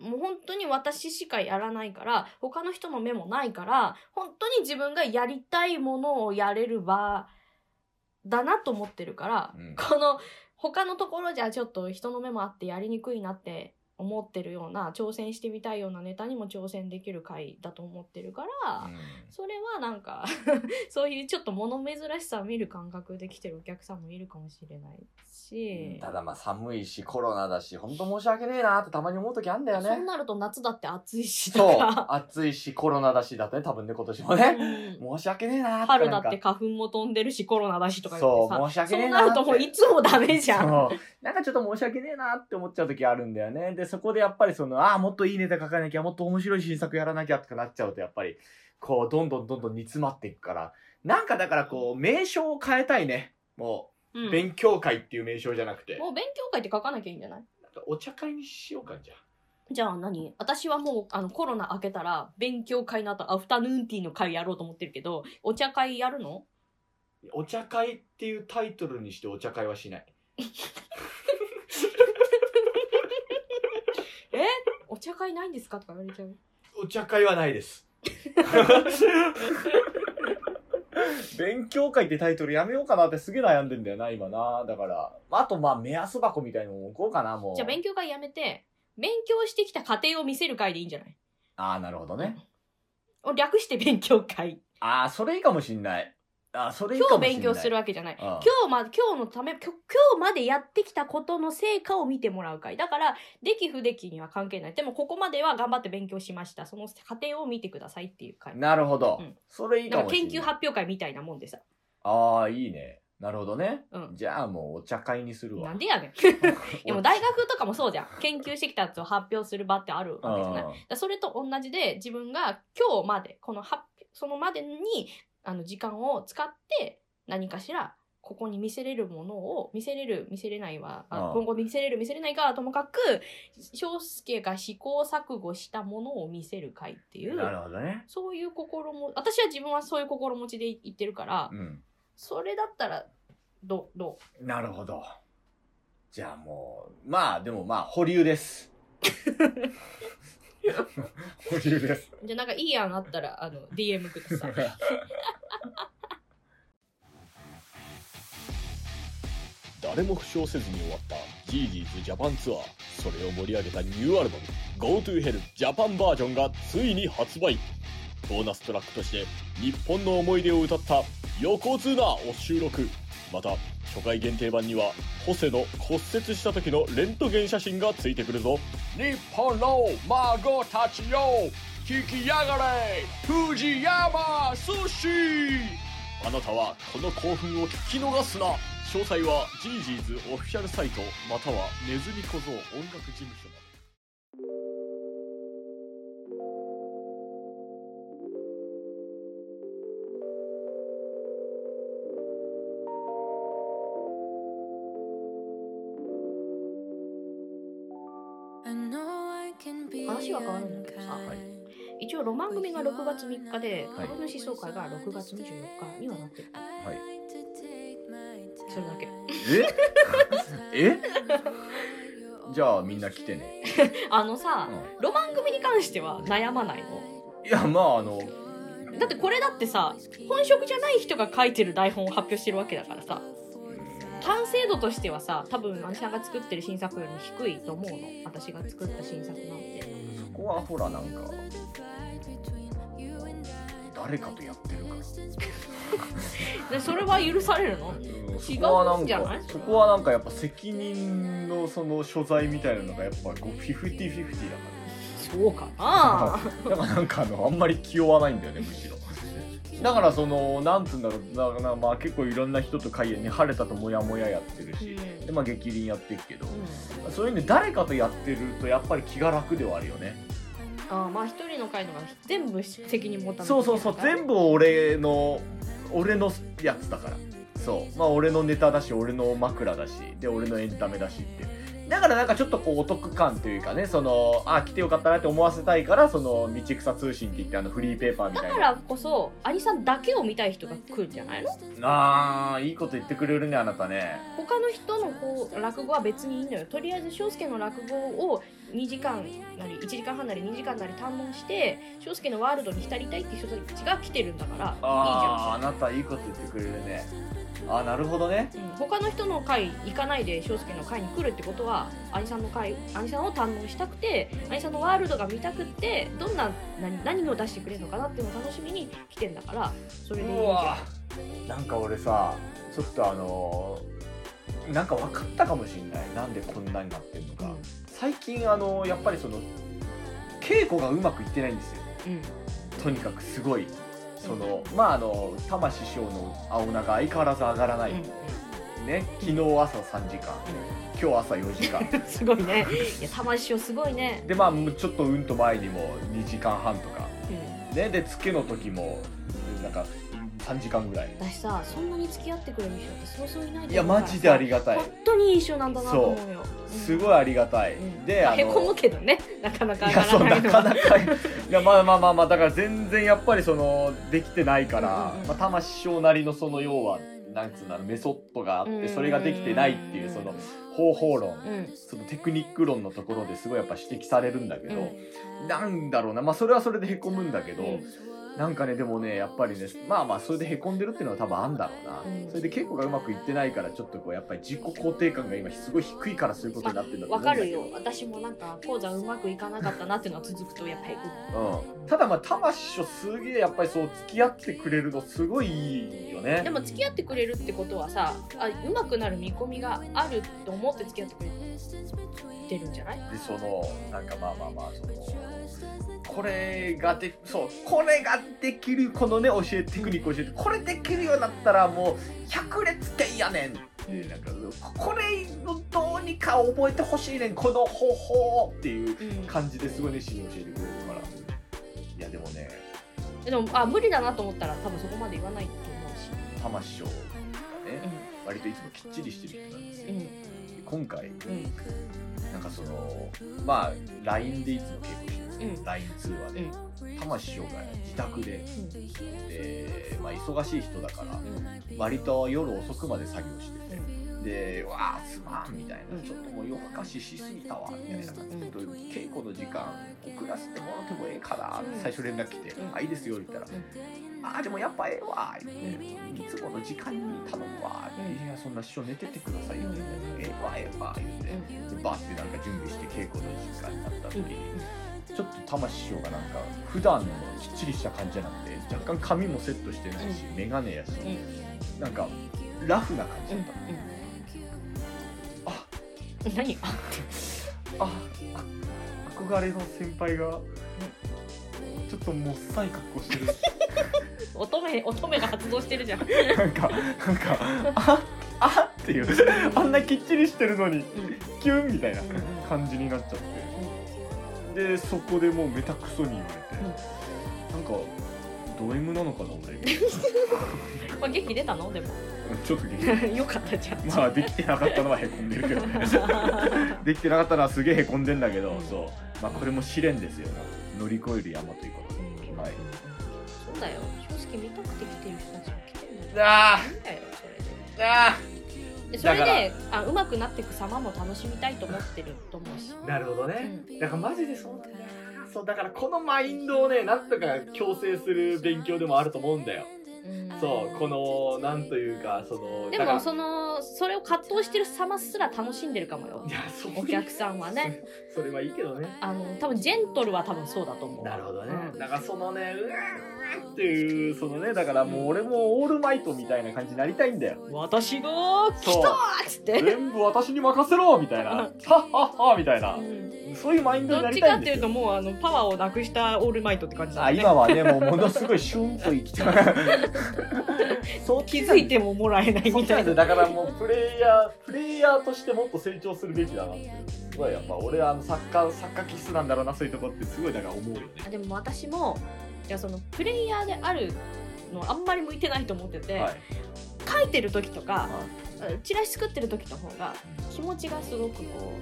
S1: もう本当に私しかやらないから他の人の目もないから本当に自分がやりたいものをやれる場だなと思ってるから、
S2: うん
S1: この他のところじゃちょっと人の目もあってやりにくいなって思ってるような挑戦してみたいようなネタにも挑戦できる回だと思ってるから、
S2: うん
S1: それはなんか そういうちょっと物珍しさを見る感覚で来てるお客さんもいるかもしれないし、
S2: ただまあ寒いしコロナだし本当申し訳ねえなってたまに思う時あんだよ
S1: そう
S2: ね
S1: なると夏だって暑いしだ
S2: そう
S1: か
S2: 暑いしコロナだしだったね多分ね今年も
S1: ら、
S2: ね
S1: うん
S2: 申し訳ねえなー
S1: 春だ
S2: なん
S1: っ
S2: か
S1: て花粉も飛んでるしコロナだしとか言って
S2: そう
S1: さ
S2: 申し訳ね
S1: そ
S2: え
S1: う
S2: なー
S1: な
S2: って
S1: るともういつもダメじゃん。
S2: そうなんかちょっと申し訳ねえなって思っちゃう時あるんだよね。で、そこでやっぱりその、ああ、もっといいネタ書かなきゃ、もっと面白い新作やらなきゃとかなっちゃうと、やっぱり、こう、どんどんどんどん煮詰まっていくから、なんかだからこう、名称を変えたいね。も
S1: うん
S2: う、勉強会っていう名称じゃなくて、
S1: もう勉強会って書かなきゃいいんじゃない
S2: なんかお茶会にしようか、じゃあ。
S1: じゃあ何私はもうあのコロナ明けたら勉強会の後アフタヌーンティーの会やろうと思ってるけどお茶会やるの
S2: お茶会っていうタイトルにしてお茶会はしない。
S1: お茶会ないんですかとか言われちゃう。
S2: お茶会はないです。勉強会ってタイトルやめようかなってすげえ悩んでんだよな、今な。だから、あとまあ目安箱みたいのも置こうかな、もう。
S1: じゃあ勉強会やめて勉強してきた過程を見せる会でいいんじゃない
S2: ああ、なるほどね。
S1: 略して勉強会。
S2: ああ、それいいかもしんない。あそれいい
S1: 今日
S2: かもしれない
S1: 勉強するわけじゃない。
S2: 今
S1: 今日ま、今日のため、きょ今日までやってきたことの成果を見てもらう会。だから、でき不できには関係ない。でも、ここまでは頑張って勉強しました。その過程を見てくださいっていう会。
S2: なるほど、
S1: うん
S2: それいいか
S1: なん
S2: も
S1: か
S2: しれ
S1: 研
S2: な
S1: 究
S2: い
S1: 発表会みたいなもんでさ。
S2: ああいいねなるほどね、
S1: うん
S2: じゃあもうお茶会にするわ
S1: なんでや ねん。でも大学とかもそうじゃん。研究してきたやつを発表する場ってあるわけじゃない。だか
S2: あ
S1: らそれと同じで、自分が今日まで、この発表、そのまでに、あの、時間を使って、何かしら、ここに見せれるものを、見せれる、見せれないは、あ
S2: うん
S1: 今後見せれる、見せれないかはともかく、翔介が試行錯誤したものを見せる会ってい
S2: ーなる
S1: う、
S2: ほどね
S1: そういう心も、私は自分はそういう心持ちで言ってるから、
S2: うん
S1: それだったら、どう、ど
S2: なるほどじゃあもうまあでもまあ保留です 保留です
S1: うじゃあなんかいい案あったら、あの、DM く ださい。
S5: 誰も負傷せずに終わったジージーズジャパンツアーそれを盛り上げたニューアルバム「GoToHell ジャパンバージョン」がついに発売ボーナストラックとして日本の思い出を歌った「横綱」を収録また初回限定版にはホセの骨折した時のレントゲン写真がついてくるぞ日本の孫たちよ聞きやがれ藤山寿司あなたはこの興奮を聞き逃すな詳細はジージーズオフィシャルサイトまたはネズミ小僧音楽事務所まで
S3: 話は変わるんだけどさ、
S1: はい一応ロマン組が6月3日で
S3: はい
S1: 株主総会が6月24日にはなってる、
S3: はい
S1: それだけ
S2: え えじゃあみんな来てね
S1: あのさ、
S2: う
S1: ロマン組に関しては悩まないの
S2: いやまああの
S1: だってこれだってさ本職じゃない人が書いてる台本を発表してるわけだからさ完成度としてはさ多分兄さんが作ってる新作より低いと思うの私が作った新作なんて
S2: そこはほらなんか誰かとやってるから
S1: でそれは許されるの
S2: そこはな
S1: 違うん
S2: ん
S1: じゃな
S2: か
S1: い
S2: そこはなんかやっぱ責任のその所在みたいなのがやっぱこうフィフティフィフティだ
S1: そうかな
S2: からだからなんかあのあんまり気負わないんだよねむしろだからそのなんつうんだろうだからまあ結構いろんな人と会に晴れたとモヤモヤやって
S1: う
S2: る
S1: ん、
S2: し
S1: う、
S2: でまあ激凛やってるけど、
S1: ん
S2: そういうんで誰かとやってるとやっぱり気が楽ではあるよね
S1: あーまあ一人の会のが全部責任持たない
S2: そうそうそう全部俺の俺のやつだからそうまあ俺のネタだし俺の枕だしで俺のエンタメだしってだからなんかちょっとこうお得感というかねそのあ来てよかったなって思わせたいからその道草通信って言ってあのフリーペーパーみ
S1: だ
S2: たい
S1: か
S2: な
S1: らこそ兄さんだけを見たい人が来るんじゃないの
S2: あーいいこと言ってくれるねあなたね
S1: 他の人のこう落語は別にいいのよとりあえず翔介の落語を2時間なり1時間半なり2時間なり堪能して翔介のワールドに浸りたいっていう人たちが来てるんだからいいじ
S2: ああ
S1: ゃ
S2: あなたいいこと言ってくれるねあーなるほどね
S1: ん、うん、他の人の会行かないで翔介の会に来るってことは兄さんの会兄さんを堪能したくて兄さんのワールドが見たくってどんな何何を出してくれるのかなっていうのを楽しみに来てんだからそれでいいじゃん
S2: なんか俺さちょっとあのーなんか分かったかもしんないなんでこんなになってんのか、
S1: うん
S2: 最近あのーやっぱりその稽古がうまくいってないんですよ
S1: うん
S2: とにかくすごいそのまああの玉師匠の青菜が相変わらず上がらない、ね昨日朝3時間、今日朝4時間
S1: うん、すごいねいや玉師匠すごいね、
S2: でまあちょっとうんと前にも2時間半とか
S1: うん
S2: ねでつけの時もなんか3時間ぐらい
S1: 私さそんなに付き合ってくれる人ってそうそういない
S2: いやマジであり
S1: が
S2: がたい
S1: 本当にいい人なんだなと思うよ
S2: す
S1: い、
S2: ごいありがたい、
S1: うん
S2: で
S1: ま
S2: あ
S1: あへこむ
S2: の
S1: けどね なかなか
S2: い
S1: 上
S2: や
S1: が
S2: そ
S1: ら
S2: う
S1: な
S2: ない
S1: の
S2: かなかいやまあまあまあまあだから全然やっぱりそのできてないから、
S1: うんうんうん
S2: まあ、魂師匠なりのその要はなんつうんだろうメソッドがあってそれができてないっていうその方法論
S1: うん
S2: そのテクニック論のところですごいやっぱ指摘されるんだけ
S1: う
S2: ど、なんだろうなまあそれはそれでへこむんだけど、
S1: うん
S2: なんかねでもねやっぱりねまあまあそれでへこんでるっていうのは多分あんだろうな、
S6: うん
S2: それで結構がうまくいってないからちょっとこうやっぱり自己肯定感が今すごい低いからそういうことになってるんだと
S1: わ
S2: 思うんだ
S1: か
S2: けど
S1: るよ私もなんか講座うまくいかなかったなっていうのは続くとやっぱり
S2: うん、ただまあ魂師匠すげえやっぱりそう付き合ってくれるのすごいいいよね
S1: でも付き合ってくれるってことはさあうまくなる見込みがあると思って付き合ってくれてるんじゃない
S2: でそのなんかまあまあまあそのこれがでそうこれができるこのね教えテクニック教えてこれできるようになったらもう百列点やねんってなんかこれのどうにか覚えてほしいねんこの方法っていう
S1: うん
S2: 感じですごい熱心に教えてくれるからいやでもね
S1: でもあ無理だなと思ったら多分そこまで言わないと思うし
S2: 魂師匠がね割といつもきっちりしてる人なんですよ
S1: うんうん
S2: 今回
S1: うん
S2: なんかそのまあ LINE でいつも結構してるんです
S1: う
S2: けど、
S1: ん
S2: LINE 通話で、魂師匠が自宅で、で、まあ、忙しい人だから、割と夜遅くまで作業してて、で「うわあすまん」みたいな、
S1: うん
S2: ちょっともう夜更かししすぎたわ」みたいな感じで、稽古の時間遅らせてもらってもええかな」って最初連絡来て「
S1: うん
S2: あいいですよ」って言ったら「ああでもやっぱええわ」言って「いつもの時間に頼むわ」って「いやそんな師匠寝ててください」って言って「ええわええわ」言って。でバーってなんか準備して稽古の時間になった時に、ちょっと魂師匠がなんか普段のきっちりした感じじゃなくて若干髪もセットしてないし、眼鏡やし、なんかラフな感じだったの、あ
S1: うん何 あ
S2: ああ憧れの先輩が、ちょっともっさい格好してる
S1: 乙女乙女が発動してるじゃん
S2: なんかなんかああっていうあんなきっちりしてるのにキュンみたいな感じになっちゃって、でそこでもうめたくそに言われて、なんかド M なのかな俺
S1: まあ元気出たのでも
S2: ちょっと激怒
S1: よかったじゃん
S2: まあできてなかったのはへこんでるけどねできてなかったのはすげえへこんでんだけど、そうまあこれも試練ですよ乗り越える山ということで、はい
S1: そうだよ正直見たくて来てる人たちも来てるんだよ
S2: あ
S1: いいんだよそれで
S2: ーあ
S1: でそれ
S2: だか
S1: であうまくなっていく様も楽しみたいと思ってると思うし
S2: なるほどね
S1: うん
S2: だからマジでそうなんだよなそうだからこのマインドをねなんとか強制する勉強でもあると思うんだよそうこのなんというかその
S1: で
S2: だから
S1: もそのそれを葛藤してる様すら楽しんでるかもよ
S2: いやそう
S1: お客さんはね
S2: それはいいけどね
S1: あの多分ジェントルは多分そうだと思う
S2: なるほどね、
S1: うん
S2: だからそのねうーんっていうそのねだからもう俺もオールマイトみたいな感じになりたいんだよ
S1: 私が来た
S2: そう
S1: ーっつって
S2: 全部私に任せろみたいなはっはっはみたいなそういうマインド
S1: ど
S2: にな
S1: っ
S2: り
S1: ち
S2: た
S1: か
S2: いん
S1: って
S2: で
S1: いう
S2: すよ
S1: ともうあのパワーをなくしたオールマイトって感じだ
S2: あ
S1: ね
S2: 今はねもうものすごいシュンと生き てるそう
S1: 気づいてももらえない
S2: そう
S1: み
S2: な
S1: た
S2: ん
S1: い
S2: で
S1: な
S2: すだからもうプレイヤープレイヤーとしてもっと成長するべきだなってすごいやっぱ俺はあのサッカーサッカー気質なんだろうなそういうとこってすごいだから思うよね
S1: あでも私もいやそのプレイヤーであるのあんまり向いてないと思ってて、
S2: はい
S1: 書いてる時とか、チラシ作ってる時の方が気持ちがすごくこ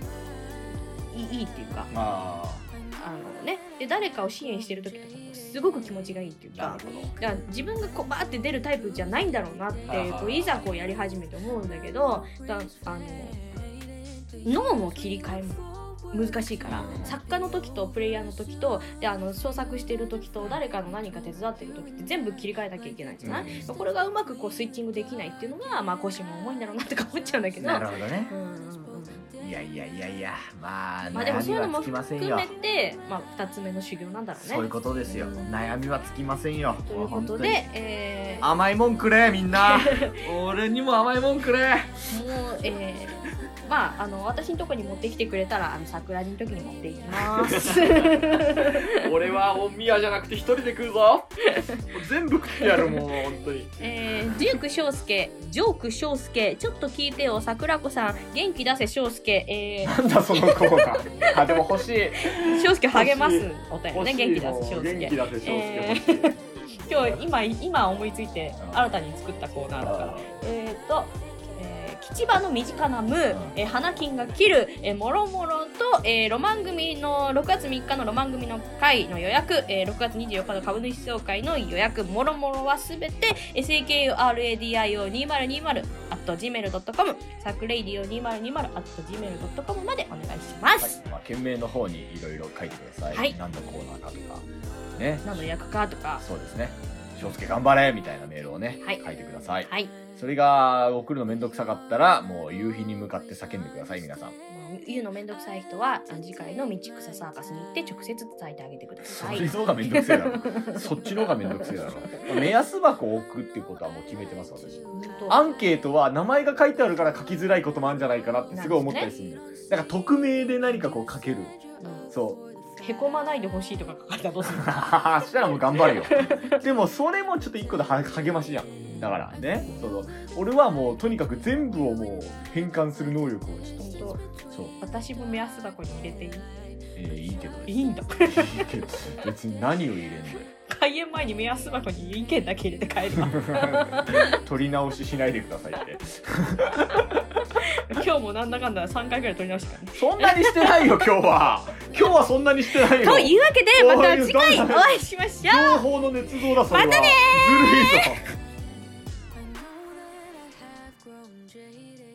S1: ういいいいっていうか
S2: まあ
S1: あのねで誰かを支援してる時とかもすごく気持ちがいいっていう
S2: な
S1: か
S2: るほど
S1: だから自分がこうバーって出るタイプじゃないんだろうなって
S2: はいいうはい
S1: こういざこうやり始めて思うんだけどだあの脳の切り替えも難しいから作家の時とプレイヤーの時とであの創作してる時と誰かの何か手伝ってる時って全部切り替えなきゃいけないじゃない、これがうまくこうスイッチングできないっていうのがまあ腰も重いんだろうなって思っちゃうんだけど
S2: なるほどね
S1: うんうんうん
S2: いやいやいやいやまあ
S1: まあでもそういう
S2: 悩
S1: の
S2: み
S1: も
S2: はつきません
S1: 含
S2: よ
S1: めて、まあ、2つ目の修行なんだろうね
S2: そういうことですよ悩みはつきませんよ
S1: ということ
S2: もう本
S1: で、え
S2: 当に甘いもんくれみ んな俺にも甘いもんくれ
S1: ー、もう、えー、まああの私のとこに持ってきてくれたらあの桜にの時に持っていきます
S2: 俺はお宮じゃなくて一人で食うぞ全部食ってやるもう本当に
S1: えー、ジューク翔介ジョーク翔介ちょっと聞いてよ桜子さん元気出せ翔介え
S2: なんだそのコーナー あでも欲 しい
S1: ー、翔介励ますお便り
S2: 欲
S1: ね
S2: しい
S1: 元気出
S2: も
S1: せ
S2: う
S1: 翔
S2: 元
S1: 介
S2: 気だぜ
S1: え
S2: 翔介欲しい
S1: 今日今今思いついて新たに作ったコーナーだから
S2: あ
S1: えー、と、えー、千葉の身近なムー、えー花金が切る、えー、もろもろと、えーロマン組の6月3日のロマン組の会の予約、えー6月24日の株主総会の予約もろもろはすべて SAKURADIO2020 gmail.com サクレイディオ2020 gmail.com までお願いしま
S2: はい
S1: す、
S2: まあ、件名の方にいろいろ書いてください、
S1: はい
S2: 何のコーナーかとかね
S1: 何の予約かとか
S2: そうですね翔介頑張れみたいなメールをね、
S1: はい
S2: 書いてください
S1: はい
S2: それが送るのめんどくさかったらもう夕日に向かって叫んでください皆さん、
S1: もう言うのめんどくさい人は次回の道草サーカスに行って直接伝えてあげてくだ
S2: そ
S1: さ
S2: っ
S1: い
S2: ちの方がめんどくせえだろそっちの方がめんどくせえ だろまあ目安箱を置くっていうことはもう決めてます私
S1: 本当
S2: アンケートは名前が書いてあるから書きづらいこともあるんじゃないかなってすごい思ったりするんだよだから匿名で何かこう書け るそう
S1: へこまないでほしいとか書かれたらどうする
S2: そしたらもう頑張るよでもそれもちょっと一個では励ましじゃんだからねその俺はもうとにかく全部をもう変換する能力をちょっと
S1: 本当
S2: そう、
S1: 私も目安箱に入れていい
S2: えーいいけど
S1: いいんだ
S2: いいけど別に何を入れんだよ
S1: 開演前に目安箱に意見だけ入れて帰るわ
S2: 取り直ししないでくださいって
S1: 今日もなんだかんだ3回ぐらい取り直したからね
S2: そんなにしてないよ今日は今日はそんなにしてないよ
S1: というわけでまた次回お会いしましょう
S2: 情報の捏造だそれは
S1: またね
S2: ずるいぞ
S3: I know that I have grown jaded.